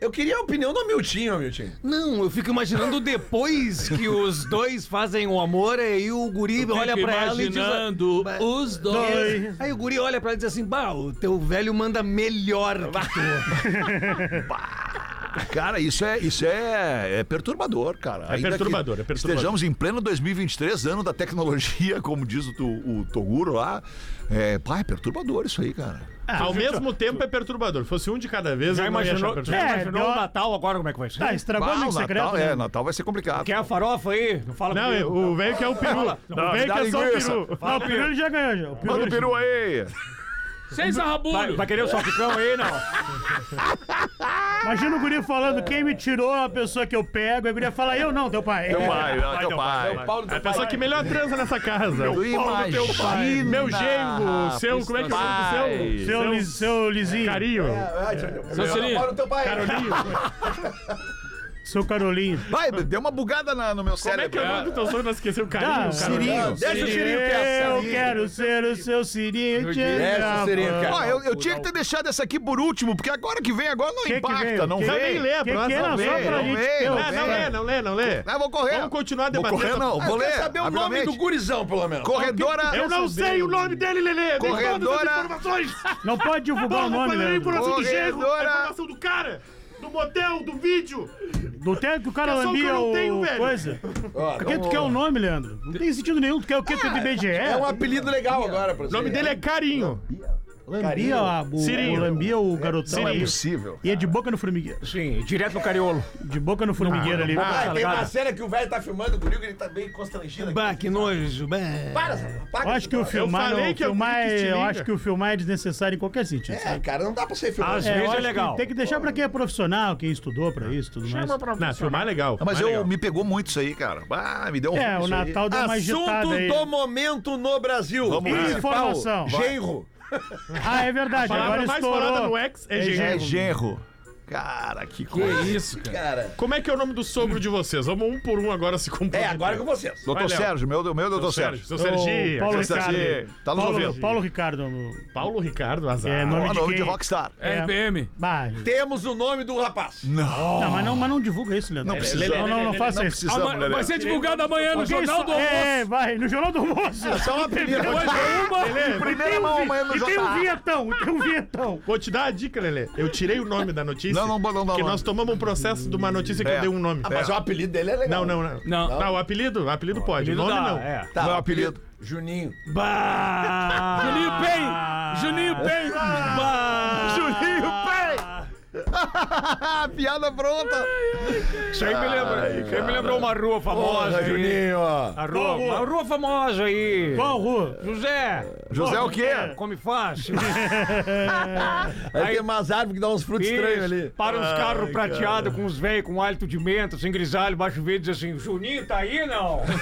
E: Eu queria a opinião do Amiltinho, Amiltinho.
G: Não, eu fico imaginando depois que os dois fazem o amor, é aí o guri
F: Fico
G: olha pra ela e diz. É.
F: imaginando os dois.
G: Aí o guri olha pra ela e diz assim: Bah, o teu velho manda melhor que tu.
B: Cara, isso é, isso é, é perturbador, cara. É
D: perturbador, é perturbador.
B: Estejamos em pleno 2023, ano da tecnologia, como diz o, Tu- o Toguro lá. É, pá, é perturbador isso aí, cara.
D: Ao mesmo tempo é perturbador. Fosse um de cada vez,
G: Já
D: eu não ia
G: imaginou,
D: achar
G: já
D: perturbador.
C: É,
G: imaginou
C: deu-
G: o Natal agora como é que vai ser?
C: Tá,
B: Bah,
C: estragou o
B: o
C: amigo
B: Natal,
C: secreto.
B: é,
C: né?
B: Natal vai ser complicado.
G: Quer a farofa aí? Não fala
D: Não,
G: comigo.
D: o velho que é o peru. O velho que é só o
B: linguiça.
D: peru.
C: Não, o peru ele já ganhou. já. O peru
B: Manda o
C: ele-
B: peru aí!
F: Seis
G: Vai,
F: arrabulho.
G: vai querer o salpicão aí, não?
C: Imagina o guri falando, quem me tirou é a pessoa que eu pego. Aí o guri fala, eu não, teu pai.
B: Teu pai, não, teu pai.
D: É a pessoa que melhor transa nessa casa.
B: Tu
D: O pau do teu pai.
B: imagina,
D: Meu genro, seu, como é que é o
F: Ah,
D: nome do seu?
B: pai.
C: Seu, li- seu lisinho.
D: Carinho.
C: assim?
F: Seu Cirino.
E: Para o teu pai.
D: Carolinho.
C: Seu Carolinho.
B: Vai, deu uma bugada na- no meu
D: Como é que
B: cérebro.
D: é o nome do teu sonho? Nós esqueceu o carinho,
C: Ah,
D: o Carolinho.
B: Sirinho.
E: Deixa o Sirinho
C: Eu
E: quieto.
C: quero ser o seu Sirinho.
E: Deixa o Sirinho quieto.
B: Ó, eu, eu tinha que ter deixado essa aqui por último, porque agora que vem, agora não
C: que
B: impacta,
C: veio?
B: não
C: Que-
D: Eu
B: vem.
D: nem lembro.
C: Que
D: mas
C: que era
D: não
C: só
D: vem,
C: pra
D: não
C: gente
D: vem.
C: ter o-
D: Não, não lê, não lê, não lê.
B: Ah, vou correr.
D: Vamos continuar
B: Vou
D: debatendo.
B: correr, não.
D: essa-
B: Vou ler.
E: Quer saber o nome
B: rapidamente.
G: um
E: do gurizão, pelo menos.
B: Corredora.
D: Eu não sei o nome dele, Lelê. Tem todas as
B: Corredora-
D: informações.
C: Não pode divulgar
D: Porra,
C: o nome,
D: falei a
C: Leandro.
D: informação do Gerro, a
B: Corredora-
D: informação do cara, do motel, do vídeo.
C: Do tempo que o cara
D: Que é só o que eu
C: lambia
D: não
C: o
D: tenho, velho.
C: coisa.
E: Ó,
C: Por que tu quer o nome, Leandro? Não tem sentido nenhum. Tu quer o quê? Tu é do IBGE?
E: É um apelido legal agora pra
D: O nome dele é Carinho.
C: Lambia a- o,
D: Sirinho.
C: o lambia o garotão ali.
B: Possível.
C: E é de boca no formigueiro.
G: Sim, direto no cariolo.
C: De boca no formigueiro ali.
E: Ah, tem uma
G: Salgado.
E: cena que o velho tá filmando o guri que ele tá bem constrangido aqui.
G: Bah, que nojo. bah.
E: Para, Zé, apaga
C: Eu acho que o
E: troço.
C: filmar,
D: falei
C: não,
D: que é o
C: filmar
D: que te
C: é- eu
D: liga.
C: acho que o filmar é desnecessário em qualquer sentido.
E: É, cara, não dá pra ser filmado.
G: Às
C: eu
G: vezes
C: acho
G: é
C: que
G: legal.
C: Tem que deixar pra quem é profissional, quem estudou pra isso, tudo mais.
D: Não, filmar é legal.
B: Ah, Mas
D: filmar é
B: eu
D: legal.
B: me pegou muito isso aí, cara. Ah, me deu um.
C: É, o
B: isso aí.
C: Natal deu uma agitada
E: Assunto
C: aí.
E: do momento no Brasil.
B: Vamos lá.
C: Informação.
E: Genro.
C: Ah, é verdade.
D: A
C: Agora
D: palavra mais falada
C: estourou.
D: no X é
C: É
D: Gerro.
B: É genro. Cara, que
F: Que
B: coisa.
F: isso, cara.
E: Cara,
D: Como é que é o nome do sogro de vocês? Vamos um por um agora se
E: é
D: comprometer.
E: agora com vocês.
B: Doutor
D: Vai, Léo.
B: Sérgio, meu, meu doutor Sérgio.
D: Seu
C: O
D: Serginho.
C: Paulo
D: Seu
C: Ricardo.
D: Serginho.
B: Tá nos
C: Paulo,
B: ouvindo.
C: Paulo Ricardo. no-
D: Paulo Ricardo, azar.
C: É,
B: Ó,
C: nome de
B: nome
C: quem?
B: de rockstar.
C: É.
F: RPM.
C: Bah,
E: Temos um o nome do rapaz.
C: não, mas, não, mas não divulga isso, Leandro. É, Não
B: precisa.
C: Não, não, não faça isso.
F: Ah,
B: Precisamos,
F: mas-
B: Lelê.
F: vai ser divulgado amanhã no
C: Porque isso-
F: Jornal do Almoço.
C: É, vai, no Jornal do Almoço. um
E: Só uma primeira.
F: Hoje é uma.
D: um
B: Primeira mão amanhã no
C: E tem um
B: JA.
C: vinhetão, e tem um vinhetão.
D: Vou te dar a dica, Lelê. Eu tirei o nome da notícia.
B: Não, não, não, não,
D: Porque
B: não.
D: nós tomamos um processo de uma notícia que
B: É.
D: eu dei um nome.
E: Mas o apelido dele é legal.
D: Não, não, não. Ah,
F: Não.
D: o apelido? O apelido pode. O
G: Apelido
D: nome
G: dá,
D: não.
G: É.
E: Tá,
B: Não é
E: o
B: apelido.
E: Juninho.
G: Bah.
F: Juninho Pei! Juninho Pei!
B: Juninho Pei! Piada pronta.
G: Isso aí me lembra. Isso aí me lembrou uma rua famosa. aí. A rua, uma rua famosa aí.
C: Qual rua?
G: José, é
B: José o quê?
G: come fácil.
E: Aí tem umas árvores que dão uns frutos estranhos
G: Isso,
E: ali.
G: Para uns carros prateados com uns velhos com hálito de menta, sem grisalho, baixo verde, diz assim: Juninho tá aí não?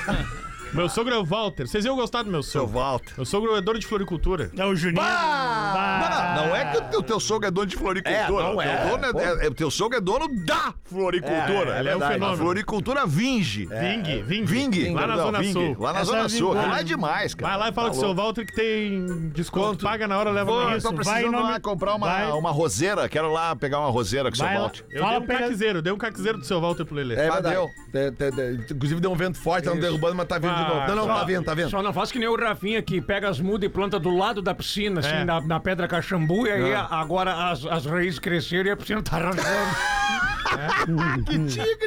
D: Meu sogro é o Walter. Vocês iam gostar do meu
B: Seu
D: sogro.
B: Walter.
D: Meu sogro é dono de floricultura.
C: É o Juninho. Bah!
B: Não, não é que o teu, teu sogro é dono de floricultura.
E: É, não
B: o teu
E: é.
B: dono é, é- o teu sogro é dono da floricultura.
D: É, é, ele é um
B: Verdade.
D: fenômeno.
B: A floricultura vinge.
D: Ving, Ving.
B: Vingue.
D: Lá na
B: perdão,
D: Zona
B: Vingue.
D: Sul.
B: Lá na
C: Essa
B: Zona
C: é
B: Sul.
C: vingona.
B: Lá é demais, cara.
D: Vai lá e fala com o seu Walter que tem desconto. Paga na hora, leva
B: Pô,
D: na
B: eu
D: isso.
B: tô
C: vai
B: precisando
C: nome-
B: lá comprar uma,
C: vai-
B: uma roseira. Quero lá pegar uma roseira com o seu
C: Vai lá.
B: Walter.
D: Eu
C: Fala
D: dei um
C: pra ele-
D: caquiseiro, dei um caquiseiro do seu Walter pro Lelê.
E: É,
B: Mas
E: verdade.
B: deu.
E: Te- te- te- inclusive deu um vento forte, tá derrubando, mas tá vindo de
D: Ah,
E: novo. Não, não, tá
D: só-
E: vindo, tá vindo.
G: Só não faz que nem o Rafinha que pega as mudas e planta do lado da piscina, assim,
D: É.
G: na, na pedra cachambu, e aí a- agora as, as raízes cresceram e a piscina tá rasgando.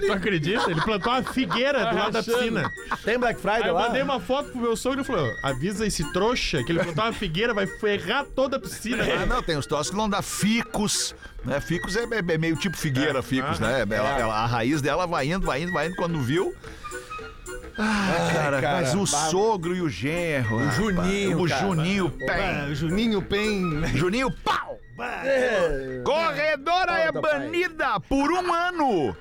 D: Tu acredita? Ele plantou uma figueira do lado da piscina.
E: Tem Black
D: Aí
E: Friday
D: eu
E: lá?
D: mandei uma foto pro meu sogro e ele falou: avisa esse trouxa que ele plantou uma figueira, vai ferrar toda a piscina.
B: Ah, não, tem os troços que não dá ficus. Né? Ficus é, é- é meio tipo figueira, ficus, né? Ela- ela- a raiz dela vai indo, vai indo, vai indo. Quando viu. Ah, cara,
E: cara,
B: mas o
E: bah.
B: sogro e o genro. O
E: Juninho,
B: O
E: cara.
B: Juninho Pem.
G: Juninho Pen.
B: Juninho Pau!
E: É.
B: Corredora é
E: Volta, pai.
B: banida por um ano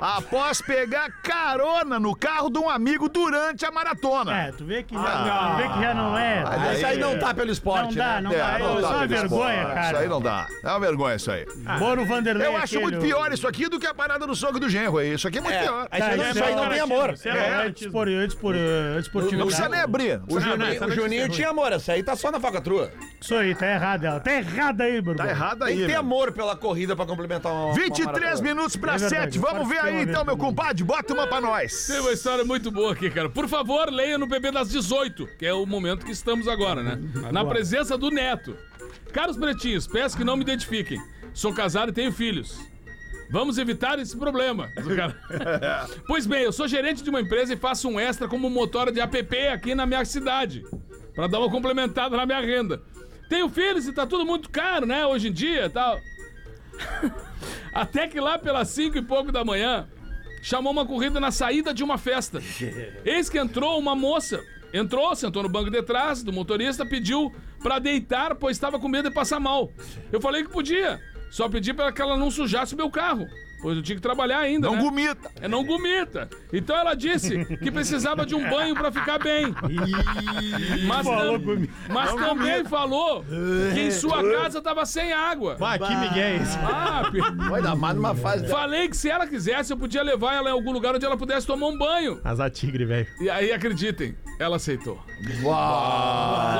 B: após pegar carona no carro de um amigo durante a maratona.
C: É, tu vê que, já, tu vê que já não é.
B: Ah,
E: Isso aí não tá pelo esporte,
C: Não dá,
E: né?
C: não
B: É,
C: dá. É só uma
B: pelo
C: vergonha,
B: esporte.
C: cara.
B: Isso aí não dá. É uma vergonha isso aí.
C: Moro Vanderlei.
B: Eu acho muito pior isso aqui do que a parada do sogro do genro aí. Isso aqui é muito pior.
E: Aí você
C: Tá,
E: não-
C: isso
E: Isso aí não tem amor.
D: Isso é
C: É,
D: baratismo.
C: dispor, eu dispor, eu desportivo.
B: Não precisa nem abrir. Não
E: O
B: precisa-
D: não,
E: Juninho,
D: essa
E: o
D: notícia é
E: Juninho
D: ruim.
E: tinha amor, essa aí tá só na falcatrua.
C: Isso aí, tá errado ela. Tá errado aí, Bruno.
B: Tá errado aí.
E: Tem que ter
B: né?
E: amor pela corrida pra complementar uma. uma
B: 23
E: maratona.
B: minutos pra
C: É verdade,
B: 7. Vamos ver aí
C: participei uma
B: então,
C: vez
B: meu
C: também.
B: compadre. Bota uma pra nós.
F: Tem uma história muito boa aqui, cara. Por favor, leia no PB das 18, que é o momento que estamos agora, né? Na presença do Neto. Caros pretinhos, peço que não me identifiquem. Sou casado e tenho filhos. Vamos evitar esse problema. diz o cara. pois bem, eu sou gerente de uma empresa e faço um extra como motora de app aqui na minha cidade. Pra dar uma complementada na minha renda. Tenho filhos e tá tudo muito caro, né? Hoje em dia e tal. Até que lá pelas 5 e pouco da manhã, chamou uma corrida na saída de uma festa. Eis que entrou uma moça. Entrou, sentou no banco de trás do motorista, pediu pra deitar, pois estava com medo de passar mal. Eu falei que podia. Só pedi para que ela não sujasse o meu carro. Pois eu tinha que trabalhar ainda.
B: Não
F: né?
B: gomita.
F: É não gomita. Então ela disse que precisava de um banho pra ficar bem. Mas, tam- mas também falou que em sua casa tava sem água.
D: Vai, que migué é esse?
F: Ah, pe-
E: Vai dar mais numa
B: é-
E: fase.
F: falei que se ela quisesse, eu podia levar ela em algum lugar onde ela pudesse tomar um banho.
D: Azar tigre, velho.
F: E aí, acreditem, ela aceitou.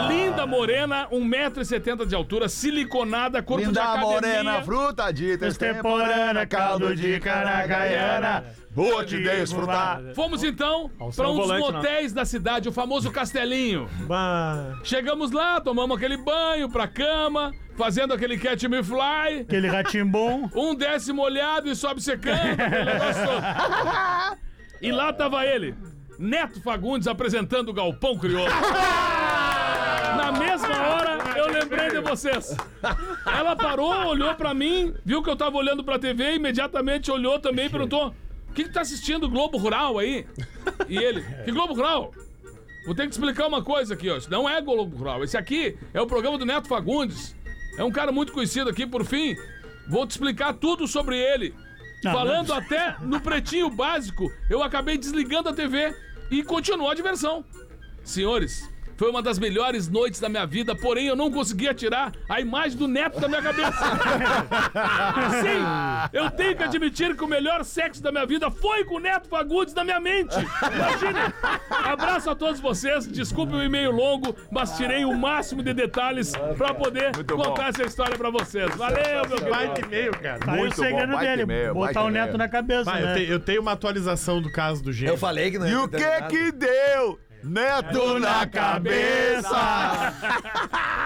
F: Linda morena, 1,70m de altura, siliconada, corpo de
B: Linda
F: academia.
B: morena, fruta de
C: Extemporânea,
B: extemporânea, caldo de caracaiana, vou te desfrutar.
F: Fomos então para um dos
G: volante, né?
F: motéis da cidade, o famoso Castelinho.
D: Bah.
F: Chegamos lá, tomamos aquele banho pra cama, fazendo aquele catch me fly,
C: Aquele ratinho bom.
F: um desce molhado e sobe secando, aquele negócio todo. E lá tava ele, Neto Fagundes apresentando o Galpão Crioulo. Na mesma hora, eu lembrei de vocês. Ela parou, olhou pra mim, viu que eu tava olhando pra TV, e imediatamente olhou também e perguntou: O que, que tá assistindo Globo Rural aí? E ele: Que Globo Rural? Vou ter que te explicar uma coisa aqui, ó. Isso não é Globo Rural. Esse aqui é o programa do Neto Fagundes. É um cara muito conhecido aqui, por fim. Vou te explicar tudo sobre ele. Falando até no pretinho básico, eu acabei desligando a TV e continuou a diversão. Senhores, foi uma das melhores noites da minha vida, porém eu não conseguia tirar a imagem do neto da minha cabeça. Sim, eu tenho que admitir que o melhor sexo da minha vida foi com o Neto Fagundes na minha mente. Imagina! Abraço a todos vocês, desculpe o e-mail longo, mas tirei o máximo de detalhes pra poder contar essa história pra vocês. Valeu, meu querido!
D: Vai de meio, cara.
C: Tá aí o
B: Muito bom,
C: segredo
B: vai
C: dele.
B: que mesmo, vai
C: botar
B: que
C: o neto
B: mesmo.
C: na cabeça,
D: Vai,
C: né?
D: eu, te- eu tenho uma atualização do caso do gênio.
E: Eu falei que não
B: E
E: ia
B: o
E: ter
B: que
E: nada.
B: que deu? Neto na cabeça!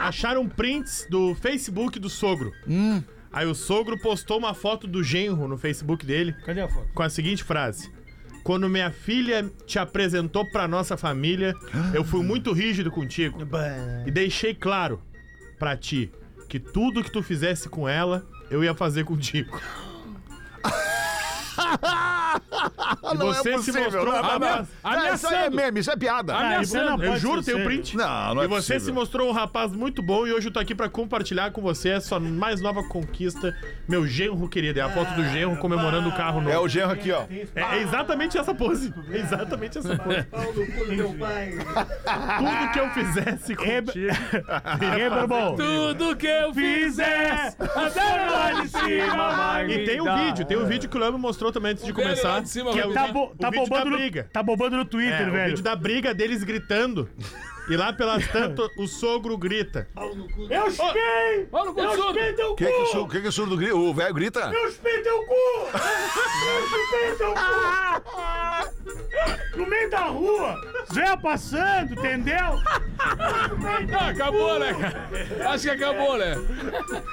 D: Acharam prints do Facebook do sogro.
B: Hum.
D: Aí o sogro postou uma foto do genro no Facebook dele
C: Cadê a foto?
D: com a seguinte frase: Quando minha filha te apresentou pra nossa família, eu fui muito rígido contigo e deixei claro pra ti que tudo que tu fizesse com ela, eu ia fazer contigo. E você se
B: Ah, possível,
D: mostrou
B: não é
D: um rapaz.
B: Ah, isso aí é
F: Ameaçando,
B: meme, isso é piada.
F: ameaçando.
D: Eu juro, tem o print.
B: Não, não é
D: e você
B: possível.
D: se mostrou um rapaz muito bom e hoje eu tô aqui pra compartilhar com você a sua mais nova conquista, meu genro querido. É a foto do genro comemorando o carro novo.
B: É o genro aqui, ó.
D: É, é exatamente essa pose. É exatamente essa pose. Tudo que eu fizesse com
F: Tudo que eu fizer, até lá de cima vai.
D: E tem um vídeo, tem um vídeo que o Léo me mostrou também antes de
F: velho lá
D: começar.
F: de cima
D: que é
F: vai
D: o,
C: Tá, bo-
D: o
C: tá
D: vídeo
C: bombando
D: da
C: no,
D: briga.
C: tá bombando no
D: É,
C: Twitter,
D: o
C: velho.
D: vídeo da briga deles gritando. E lá pelas tantas, o sogro grita.
C: Eu chutei!
F: Olha no consumo.
C: teu
B: O que que, sur- que que surdo grita? O velho grita?
C: Eu chutei teu cu! Eu chutei teu cu! No meio da rua! Zé passando, entendeu?
F: Ah, acabou, né, cara? Acho que acabou, né?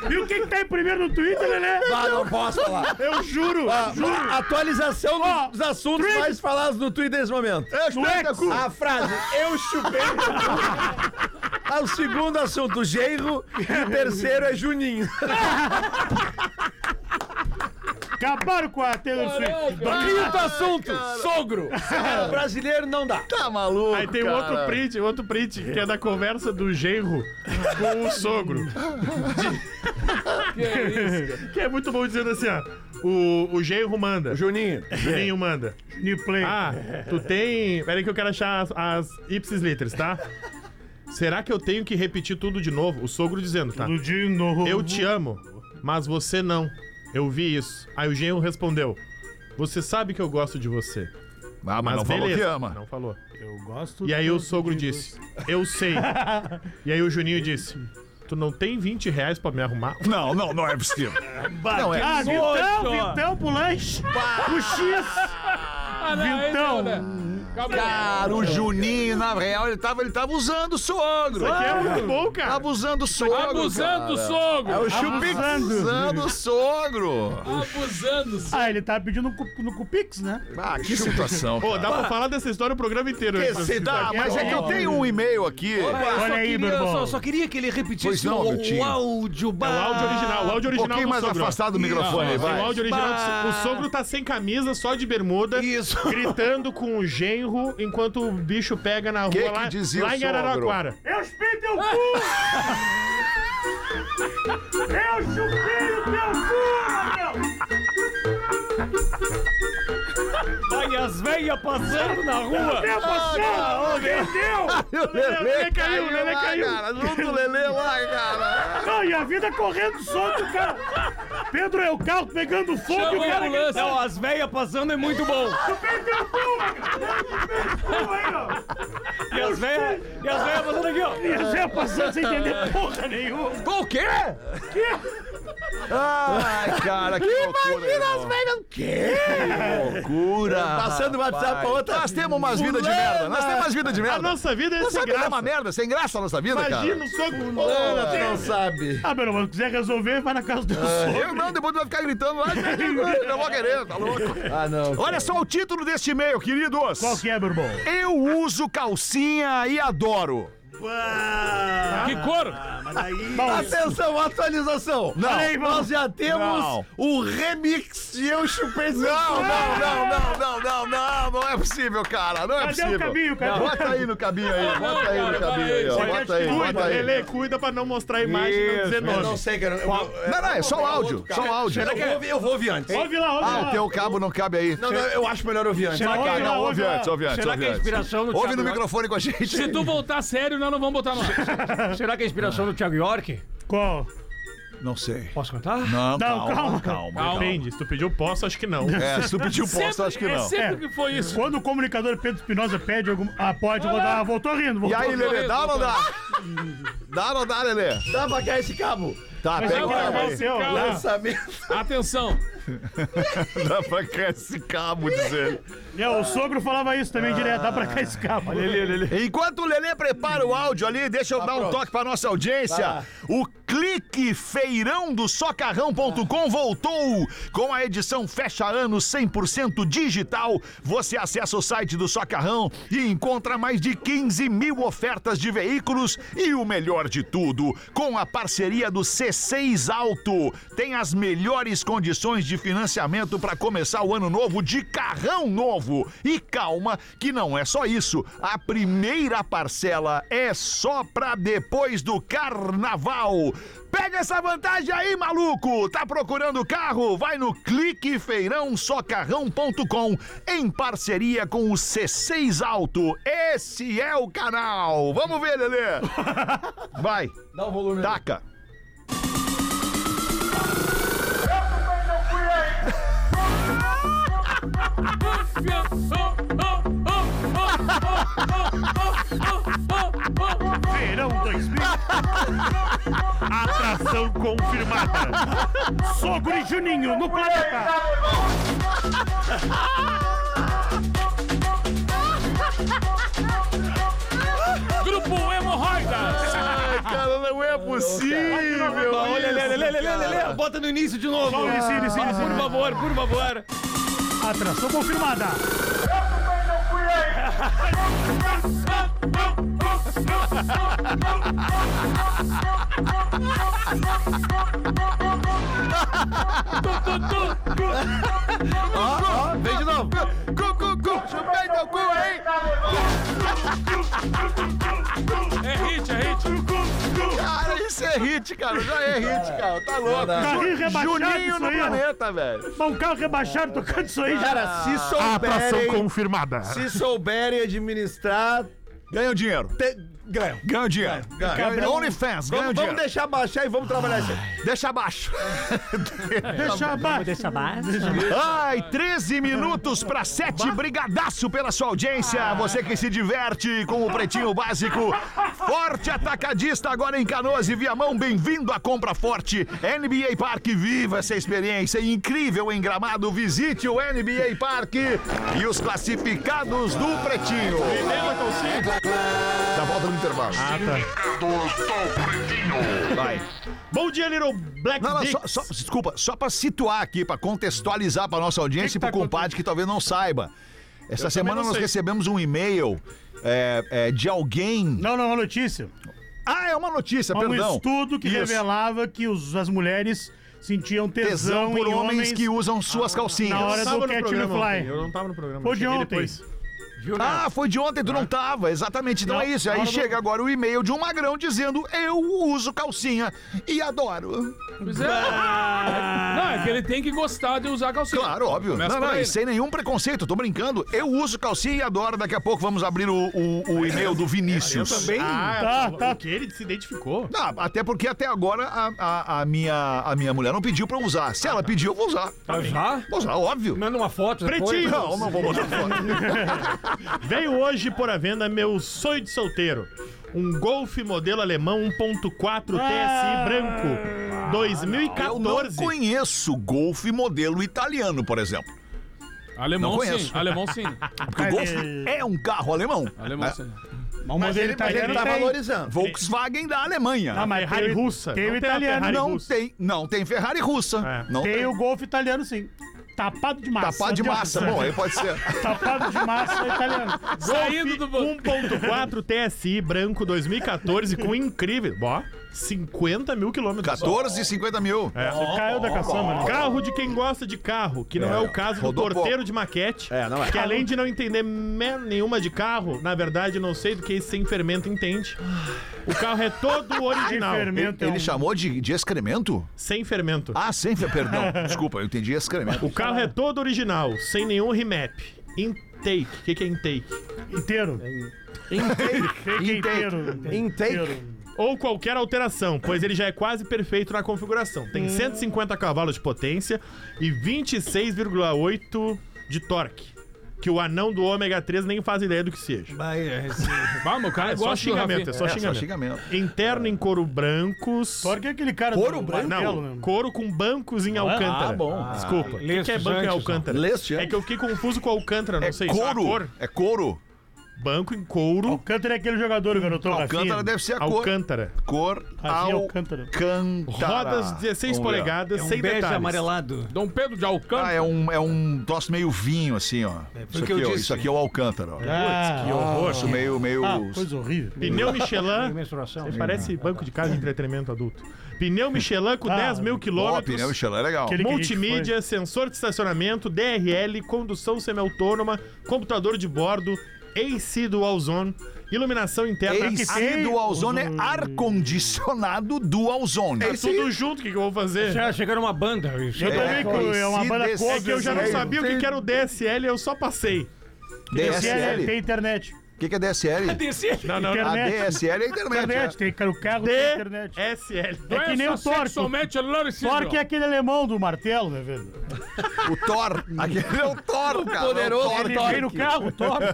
C: E o que que tá em primeiro no Twitter, Lelê?
E: Ah, não posso falar.
D: Eu juro!
E: Ah, Atualização
C: Ó,
E: dos assuntos
C: Trix-
E: mais falados no Twitter nesse momento.
C: No X.
E: A frase, eu chupei. Ah, o segundo assunto, genro. E o terceiro é Juninho.
C: Acabaram com a Taylor Swift.
D: Ah,
E: Quinto assunto, sogro. Ah, brasileiro não dá.
B: Tá maluco,
D: Aí tem um
B: cara.
D: outro print, outro print, que é da conversa do genro com o sogro. Que é muito bom dizendo assim, ó. O, o genro manda. O
E: Juninho.
D: Juninho manda.
C: New Play.
D: Ah, tu tem. Peraí que eu quero achar as, as ipsis liters, tá? Será que eu tenho que repetir tudo de novo? O sogro dizendo, tá?
C: Do de novo.
D: Eu te amo, mas você não. Eu vi isso. Aí o genro respondeu: Você sabe que eu gosto de você.
B: Ah, mas,
D: Mas
B: não falou
D: beleza.
B: que ama.
D: Não falou.
C: Eu gosto.
D: E aí o sogro disse, eu sei. E aí o Juninho disse, tu não tem 20 reais pra me arrumar?
B: Não, não, não é possível. não é.
C: Ah, Vitão, Vitão pro lanche. O X.
F: Ah, não, esse
C: Então.
F: é o, né? Acabou.
B: Cara, o Juninho, na real, ele tava, ele tava usando o sogro.
D: Que é muito bom, cara.
B: Tava usando o sogro.
G: Então,
F: Abusando do
B: cara.
F: sogro.
B: É o Chupix. Usando o sogro.
F: Abusando do sogro.
C: Ah, ele tá pedindo no, cu- no Cupix, né?
B: Ah, que situação.
D: Pô,
B: cara.
D: dá pra falar dessa história o programa inteiro. né?
B: Esse dá, mas é que eu tenho um e-mail aqui.
C: Olha aí, meu irmão.
G: só queria que ele
B: Pois
G: repetisse
B: não,
G: o,
B: Miltinho.
G: o áudio.
D: É o áudio original,
B: Um
D: o áudio original
B: pouquinho
D: do
B: mais
D: sogro. ó.
B: afastado do microfone aí,
D: Tem
B: vai.
D: O áudio original do so-
G: Bah.
D: O sogro tá sem camisa, só de bermuda,
G: Isso.
D: gritando com o genro enquanto o bicho pega na rua
B: Que que
D: lá,
B: dizia
D: lá
B: o
D: em
B: sogro?
D: Araraquara.
C: Eu chupei teu cu! Eu chupei o teu cu, Matheus!
G: Olha as velhas passando na rua.
D: Ah,
C: Meu parceiro, entendeu?
B: O Lelê
C: caiu, o Lelê
B: lá,
C: caiu.
B: Cara, junto o Lelê lá, cara.
C: Não, e a vida correndo solto, cara. Pedro é o carro pegando fogo,
F: Chama a
C: cara.
F: ambulância.
G: Não, as velhas passando é muito bom.
C: Tu perdeu o pulo, cara. Tu perdeu o pulo aí, ó.
G: E as velhas e as velhas passando aqui, ó.
C: E a Zé passando sem entender porra nenhuma.
E: Pô, o quê?
B: Ai, cara, que loucura. irmão.
E: velhas. Quê?
B: Loucura.
E: Passando o WhatsApp pra outra.
B: Nós temos umas vidas de merda. Nós temos umas vidas de
D: A
B: merda.
D: nossa vida é
B: Não
D: sem
B: sabe que é uma
D: graça.
B: merda, sem graça a nossa vida,
D: Imagina
B: cara.
D: o soco.
E: Fulana, tu não sabe.
C: Ah, meu irmão, se quiser resolver, vai na casa do sogro.
B: Eu não, depois tu vai ficar gritando lá. Não vou querer, tá louco.
E: Ah, não.
B: Olha só o título deste e-mail, queridos.
C: Qual que é, meu irmão?
B: Eu uso calcinha e adoro.
F: Que cor?
E: Atenção, atualização.
B: Não.
E: Olha aí, Nós já temos
B: Não.
E: o remix de Eu Chupei Seu
B: Não,
E: Cu.
B: não, não, não, não, não, não, não é possível, cara. Não é
C: Cadê
B: possível.
C: o cabinho? Cadê o
B: Bota aí no cabinho aí, bota aí no
F: cara,
B: cabinho aí, ó.
F: vai.
B: Bota aí, bota
D: Cuida,
B: aí.
D: Lelê, cuida pra não mostrar a imagem e não dizer
E: Eu não
D: nome.
E: sei, cara. Eu, eu,
B: Não, não, é só o áudio, só o áudio.
E: eu, vou, ouvir- eu vou ouvir antes.
C: Ouve lá, ouve
B: Ah, o
C: lá.
B: teu cabo não cabe aí. Tá,
E: Não, não, eu acho melhor ouvir antes.
C: Será
E: Vai,
C: que-
E: cara.
B: Não,
C: Não,
B: ouve
C: ouve lá.
B: antes, ouve antes,
G: Será que
B: ouve
G: a
B: antes.
G: inspiração do Thiago
B: Ouve no
G: York-
B: microfone com a gente.
F: Se tu voltar sério, nós não vamos botar não.
G: Será que a inspiração do Thiago York?
C: Qual?
B: Não sei.
G: Posso cantar?
B: Não,
C: Não,
B: calma,
C: calma.
B: calma.
D: Depende, se tu pediu posso, acho que não.
B: É, se tu pediu posto, acho que
F: é
B: não.
F: sempre que foi isso.
C: Quando o comunicador Pedro Espinosa pede algum. Ah, pode, eu vou dar. Ah, voltou rindo.
B: E
C: Voltou.
B: aí, Lelê, dá ou não dá? Dá ou não dá, Lelê?
E: Dá pra cá esse cabo.
B: Tá,
C: Mas
B: pega
C: é
B: o
C: que
B: cabo
C: é
B: aí.
C: o seu,
F: Calma.
C: lá.
E: Lançamento.
F: Atenção.
B: Dá pra cá esse cabo, diz ele.
C: É, o sogro falava isso também direto. Dá pra cá esse cabo.
B: Enquanto o Lelê prepara o áudio ali, deixa eu dar um toque pra nossa audiência. O clique feirão do socarrão.com voltou com a edição Fecha Ano 100% digital. Você acessa o site do Socarrão e encontra mais de 15 mil ofertas de veículos e o melhor de tudo, com a parceria do C6 Alto. Tem as melhores condições de financiamento para começar o ano novo de carrão novo. E calma, que não é só isso. A primeira parcela é só para depois do carnaval. Pega essa vantagem aí, maluco! Tá procurando carro? Vai no cliquefeirãosocarrão.com em parceria com o C6 Alto. Esse é o canal. Vamos ver, Lelê. Vai,
E: Dá o volume.
B: taca.
C: Verão 2000. Atração confirmada. Sogro e Juninho no
B: Ah.
C: planeta.
F: Grupo Hemorroidas.
B: Cara, não é possível.
G: Olha, Lelê, Lelê, Lelê, Lelê, bota no início de novo.
C: Só o Licínio, Licínio,
G: Por
C: Licínio.
G: favor, por favor.
C: Atração confirmada.
E: Vem de novo.
B: Cu, cu, cu, chupei teu cu aí.
F: É hit, é hit.
B: Cara, isso é hit, cara. Já é hit, cara. Tá louco.
C: Carrinho rebaixado
B: Juninho
C: isso
B: no
C: aí, ó.
B: planeta, velho.
C: Mas um carro rebaixado tocando isso aí. já.
E: Cara, se
D: Atração
E: souberem,
D: confirmada.
E: se souberem administrar,
B: Ganha o dinheiro.
E: te- ganham.
B: Ganha o dinheiro. Ganha. OnlyFans, ganha o
E: Vamos, vamos
B: dinheiro.
E: deixar baixar e vamos trabalhar isso aí.
B: Deixa abaixo.
C: Deixa abaixo. Deixa abaixo.
B: Ai, 13 minutos para 7. Brigadaço pela sua audiência. Você que se diverte com o Pretinho Básico. Forte atacadista agora em Canoas e Viamão. Bem-vindo à Compra Forte. NBA Parque, viva essa experiência incrível em Gramado. Visite o NBA Parque e os classificados do Pretinho. Da volta no intervalo. Vai.
D: Bom dia, Little Black
B: Não, não,
D: Dick.
B: só, só- desculpa, só pra situar aqui, pra contextualizar pra nossa audiência e pro compadre que talvez não saiba. Essa semana
D: não
B: nós
D: sei.
B: recebemos um e-mail é, é, de alguém.
C: Não, não, uma notícia.
B: Ah, é uma notícia,
C: Há um
B: perdão.
C: estudo que
B: Isso.
C: revelava que os- as mulheres sentiam
B: Tesão
C: tesão,
B: por
C: em
B: homens
C: homens
B: que usam suas calcinhas.
C: na hora
D: Tava
C: do
D: no
C: Catch
D: programa
C: Me
D: ontem,
C: Fly.
D: Eu não tava no programa.
C: Pô,
D: eu
C: de
D: cheguei
C: ontem.
D: depois.
H: Viu, né?
B: Ah, foi de ontem, tu não tava. Exatamente, então é isso. Aí chega agora o e-mail de um magrão dizendo: Eu uso calcinha e adoro.
F: Pois é. Não, é que ele tem que gostar de usar calcinha.
B: Claro, óbvio.
F: Começa
B: Não,
F: por
B: não,
F: aí,
B: e
F: né?
B: sem nenhum preconceito, tô brincando. Eu uso calcinha e adoro. Daqui a pouco vamos abrir o, o- o e-mail do Vinícius.
D: Ah, tá, tá. que ele se identificou.
B: Ah, até porque até agora a, a- a minha, a minha mulher não pediu pra eu usar. Se ela pediu, eu vou usar.
G: Tá, Já?
B: Vou usar, óbvio.
G: Manda uma foto depois.
D: Pretinho.
B: Não, não vou botar foto.
D: Veio hoje por à venda meu sonho de solteiro. Um Golf modelo alemão 1.4 TSI branco. 2014.
B: Ah. Eu não conheço Golf modelo italiano, por exemplo.
F: Alemão
B: Não
F: sim,
B: conheço.
F: alemão sim.
B: Porque o Golf é um carro alemão.
F: Alemão
B: É,
F: sim.
C: Mas, mas ele,
E: Mas ele tá valorizando.
B: Volkswagen da Alemanha.
C: Ah, mas
D: Ferrari
C: tem, o-
D: russa.
C: Tem
D: Não
C: o
D: tem a
C: italiano.
D: Ferrari
C: Não,
B: não
D: russa.
B: tem, não tem Ferrari russa.
D: É.
B: Não
C: tem,
B: tem,
C: o Golf italiano, sim. Tapado de massa.
B: tapado de massa. Bom, aí pode ser.
C: Tapado de massa italiano.
F: Saindo Tá do banco.
D: 1.4 TSI branco 2014 com incrível. Ó, 50 mil quilômetros.
B: 14 e 50 mil.
D: É.
C: Caiu da caçamba, né?
D: Carro de quem gosta de carro, que não é,
B: É,
D: o caso do
B: rodou
D: porteiro
B: pouco.
D: de maquete,
E: É, não é.
D: que além de não entender mer- nenhuma de carro, na verdade não sei do que esse sem fermento entende. O carro é todo original,
C: Fermento é
B: Ele
C: um-
B: chamou de, de excremento?
D: sem fermento.
B: Ah, sem fe- perdão. Desculpa, eu entendi excremento.
D: O carro é todo original, sem nenhum remap. Intake, o que, que é intake?
C: Inteiro. Intake. Inteiro.
E: Intake.
D: Ou qualquer alteração, pois ele já é quase perfeito na configuração. Tem 150 cavalos de potência e 26,8 de torque. Que o anão do ômega 3 nem faz ideia do que seja.
F: Vamos, o cara
D: É só
F: gosta de
D: xingamento, é
F: xingamento.
D: só
B: É, só
D: xingamento.
B: xingamento.
D: Interno em couro brancos.
C: Só que é aquele cara
E: Couro
C: do
E: branco?
C: Martelo, né?
D: Couro com bancos em Alcântara. Ah, bom. Desculpa. O que, que é
G: Lestes
D: banco em
G: antes,
D: Alcântara?
E: Lestes
D: É que eu fiquei confuso com Alcântara, não
B: É
D: sei. só a
B: couro.
D: cor.
B: É couro.
D: Banco em couro.
C: Alcântara é aquele jogador, garoto.
B: Alcântara deve ser a cor.
D: Assim, Alcântara. Assim,
B: Cor
C: Rafinha
B: Alcântara.
C: Alcântara.
D: Rodas 16
B: Vamos ver. É
D: polegadas, sem
G: Um beijo
D: detalhes.
G: amarelado.
F: Dom Pedro de Alcântara.
B: Ah, é um, é um troço meio vinho, assim, ó. isso, aqui,
G: porque eu
B: ó,
G: disse.
B: isso aqui é o Alcântara, ó.
C: Ah, que horror.
B: Isso meio, meio...
C: Ah, coisa horrível.
D: Pneu Michelin.
G: Mensuração.
D: Parece banco de casa de entretenimento adulto. Pneu Michelin com
C: Ah,
D: 10 mil
B: Ó, pneu
D: quilômetros.
B: Michelin é legal.
C: Aquele-
D: Multimídia, sensor de estacionamento, DRL, condução semi-autônoma, computador de bordo, AC dual zone, iluminação interna.
B: Esse
D: Ah,
C: tem-
B: dual zone é ar-condicionado dual zone.
D: tá tudo junto, o que, que eu vou fazer?
G: Já chegaram é, uma banda.
C: Eu também, que é uma
B: se
C: banda
B: desse-
C: cover.
D: É que eu já não
B: Sei,
D: sabia o que, que era o DSL, eu só passei.
C: DSL, Tem
B: DSL?
C: internet.
B: O que, que é DSL?
D: Não, não, não.
B: A
C: Internet.
B: DSL é a
C: Internet,
B: internet.
C: tem cara, o carro tem internet.
D: DSL.
F: Não
C: É que nem
F: só
C: o Torque.
F: sexualmente lance,
C: Claro que é
F: ó.
C: aquele alemão do martelo, né, velho?
B: é. O Thor. Aquele é o Thor, cara.
E: poderoso
B: O Thor.
C: Ele vem no carro, top.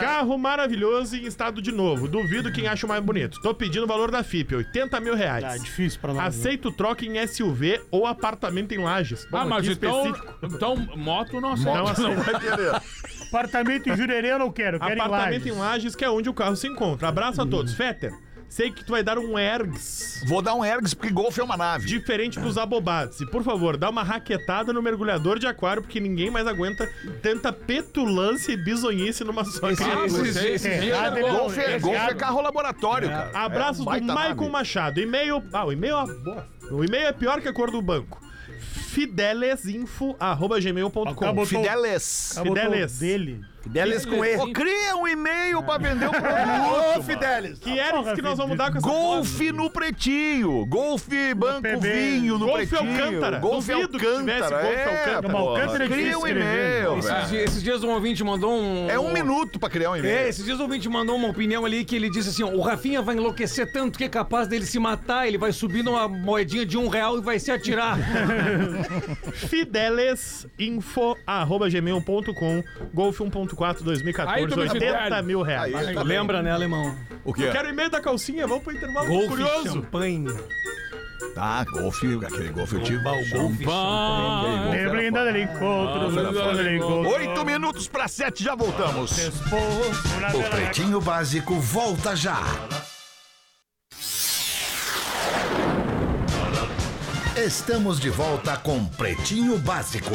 D: Carro maravilhoso e em estado de novo. Duvido quem acha o mais bonito. Tô pedindo o valor da FIP, 80 mil
C: Ah,
D: reais.
C: difícil pra nós. né?
D: Aceito troca em SUV ou apartamento em lajes.
F: Ah,
D: Bom,
F: mas
D: aqui
F: então, então moto não aceita.
D: Não aceita.
C: Apartamento em Jurerê eu não quero, eu quero
D: Apartamento
C: em
D: em
C: Lages.
D: Lages, que é onde o carro se encontra. Abraço a
C: Hum.
D: todos. Fetter, sei que tu vai dar um ergs
B: Vou dar um ergs porque Golf é uma nave.
D: diferente dos abobados. E, por favor, dá uma raquetada no mergulhador de aquário, porque ninguém mais aguenta tanta petulância e bizonhice numa só
F: Ah,
D: criança.
F: mas esse
C: é
F: dia-
C: errado, ele é
B: Golf é,
C: esse
B: Golf é
C: errado.
B: carro laboratório, cara.
D: Abraços
B: É um
D: do
B: baita
D: Michael
B: nave.
D: Machado. E-mail. Ah, o e-mail é uma bosta. O e-mail é pior que a cor do banco. Fidelesinfo.gmail.com.
C: Acabou.
B: Fidelis.
C: Acabou
D: Fidelis.
C: dele.
G: é
E: Deles com E.
B: Ô, cria um e-mail pra vender o
E: Ô, Fidelis.
D: Que Erics que nós vamos dar com essa
B: Golfe no pretinho. Golfe Banco
C: PB.
B: Vinho no
D: Golfe
B: pretinho.
D: Alcântara.
B: Golfe
D: Duvido que tivesse
B: Alcântara.
D: Golfe
B: É,
D: Alcântara.
B: pô.
C: Alcântara é
B: Cria
C: difícil
B: um
C: escrever,
D: né?
B: e-mail,
G: Esses
B: velho.
G: dias, esses dias um ouvinte mandou um.
B: É um minuto pra criar um
G: É,
B: e-mail.
G: esses dias um ouvinte mandou uma opinião ali que ele disse assim: ó, o Rafinha vai enlouquecer tanto que é capaz dele se matar, ele vai subir numa moedinha de um real e vai se atirar.
D: fidelesinfo.gmail.com Golf 1.4 2014,
F: Aí tu me
D: 80
F: fidelha.
D: mil reais.
G: Lembra, né, alemão?
B: O que
D: Eu quero o e-mail da calcinha, vamos pro intervalo
G: Golfe,
D: curioso.
G: champanhe.
B: Tá, golfe, aquele golfe eu tive.
G: golfe,
F: Pá,
B: Golfe
C: Lembra
B: era
C: ainda
B: foda.
C: dele encontro,
F: Ah,
C: lembra dele
D: é
C: encontro.
B: Oito minutos pra sete, já voltamos.
C: Uma
A: O
C: bela-
A: Pretinho Básico volta já. Estamos de volta com Pretinho Básico.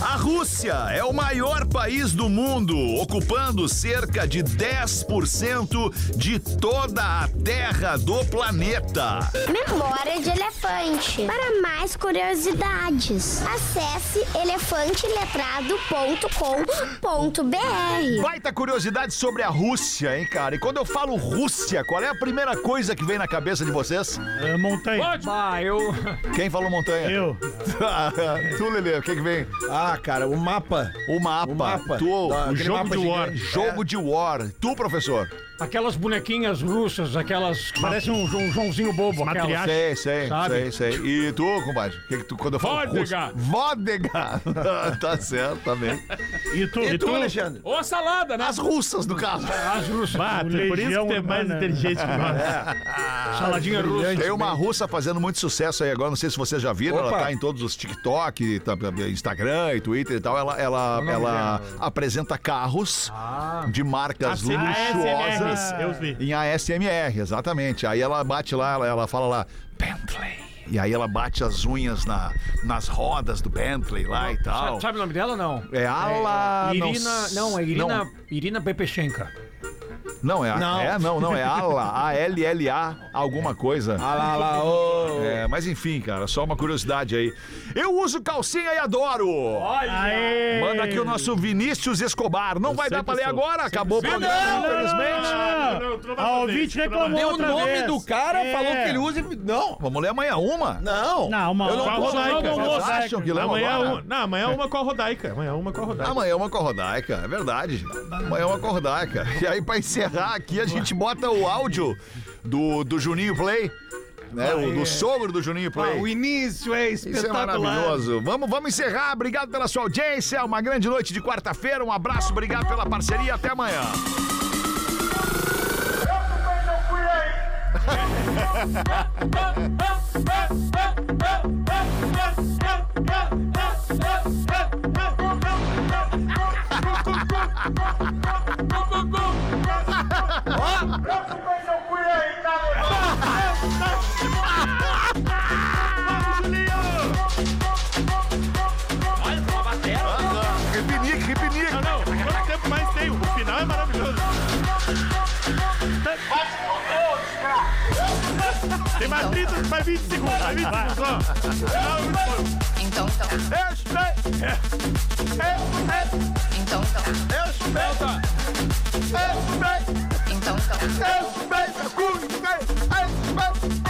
B: A Rússia é o maior país do mundo, ocupando cerca de 10% de toda a terra do planeta.
I: Memória de Elefante. Para mais curiosidades, acesse elefanteletrado.com.br.
B: Baita curiosidade sobre a Rússia, hein, cara? E quando eu falo Rússia, qual é a primeira coisa que vem na cabeça de vocês?
C: É, montanha.
F: Pode!
G: Bah, eu.
B: Quem falou montanha?
C: Eu.
B: tu, Lelê, o que que vem?
E: Ah, cara, o mapa.
B: O mapa.
E: O mapa.
B: Tu,
E: Da-
B: o
E: aquele
B: jogo
E: mapa
B: de war.
E: gigante.
B: Jogo de war. Tu, professor?
G: Aquelas bonequinhas russas, aquelas. que Parecem um, João- Joãozinho bobo, aquelas.
D: Matriarca.
B: Sei, sei, sei,
G: Sabe?
B: sei. E tu, compadre? O que que tu, quando eu falo
F: Vodega.
B: russo? Vodega. tá certo, também.
C: E tu,
E: E tu, Alexandre?
F: Ou a salada, né?
B: As russas, no caso.
G: As russas.
D: Ah, tu é por isso que tu é
C: Legião
D: mais
C: Urbana.
D: inteligente que nós.
G: Saladinha russa.
B: Tem uma russa fazendo muito sucesso aí agora, não sei se vocês já viram, ela
E: Opa.
B: tá em todos os TikTok, tá- Instagram e Twitter e tal. Ela, ela, ela apresenta carros de marcas
D: Ah, é
B: luxuosas
D: ASMRs, eu vi.
B: em ASMR, exatamente. Aí ela bate lá, ela, ela fala lá, Bentley. E aí ela bate as unhas na, nas rodas do Bentley lá e tal.
G: Sabe, sabe o nome dela ou não?
B: É Ala. não
G: Irina.
B: s-
G: Não, é Irina. Irina Bepechenka.
B: Não, não, é, não. é não, não, é Ala, A-L-L-A, alguma coisa.
E: Ah lá, lá, ô.
B: É, mas enfim, cara, só uma curiosidade aí. Eu uso calcinha e adoro!
C: Aê!
B: Manda aqui o nosso Vinícius Escobar. Não vai dar pra ler
D: sempre sou.
B: agora, acabou o programa, infelizmente.
C: Ah, a ouvinte reclamou
E: Deu o
C: outra
E: nome
C: vez.
E: do cara,
C: É.
E: falou que ele usa e. Não,
B: Vamos ler amanhã uma?
E: não.
C: Não, uma
E: Eu não
C: uma
E: posso
C: rodaica.
D: não, não,
B: Vocês acham que lemos
D: Amanhã,
B: agora?
D: um, não, amanhã uma com a Rodaica. Amanhã uma com a Rodaica.
B: Amanhã é uma cordaica, é verdade. Amanhã é uma cordaica. E aí, pra encerrar aqui, a gente bota o áudio do, do Juninho Play, né? O, do sogro do Juninho Play.
D: Ah,
G: O início é
B: Isso é
G: espetacular.
B: maravilhoso. Vamos, vamos encerrar. Obrigado pela sua audiência. Uma grande noite de quarta-feira. Um abraço, obrigado pela parceria. Até amanhã. Repinique, repinique.
D: Não, quanto tempo mais tem? O final é maravilhoso. Tem mais 30, mais 20 segundos, mais 20 segundos, ó.
J: Então, então, então, então, então, então.
B: Respeita!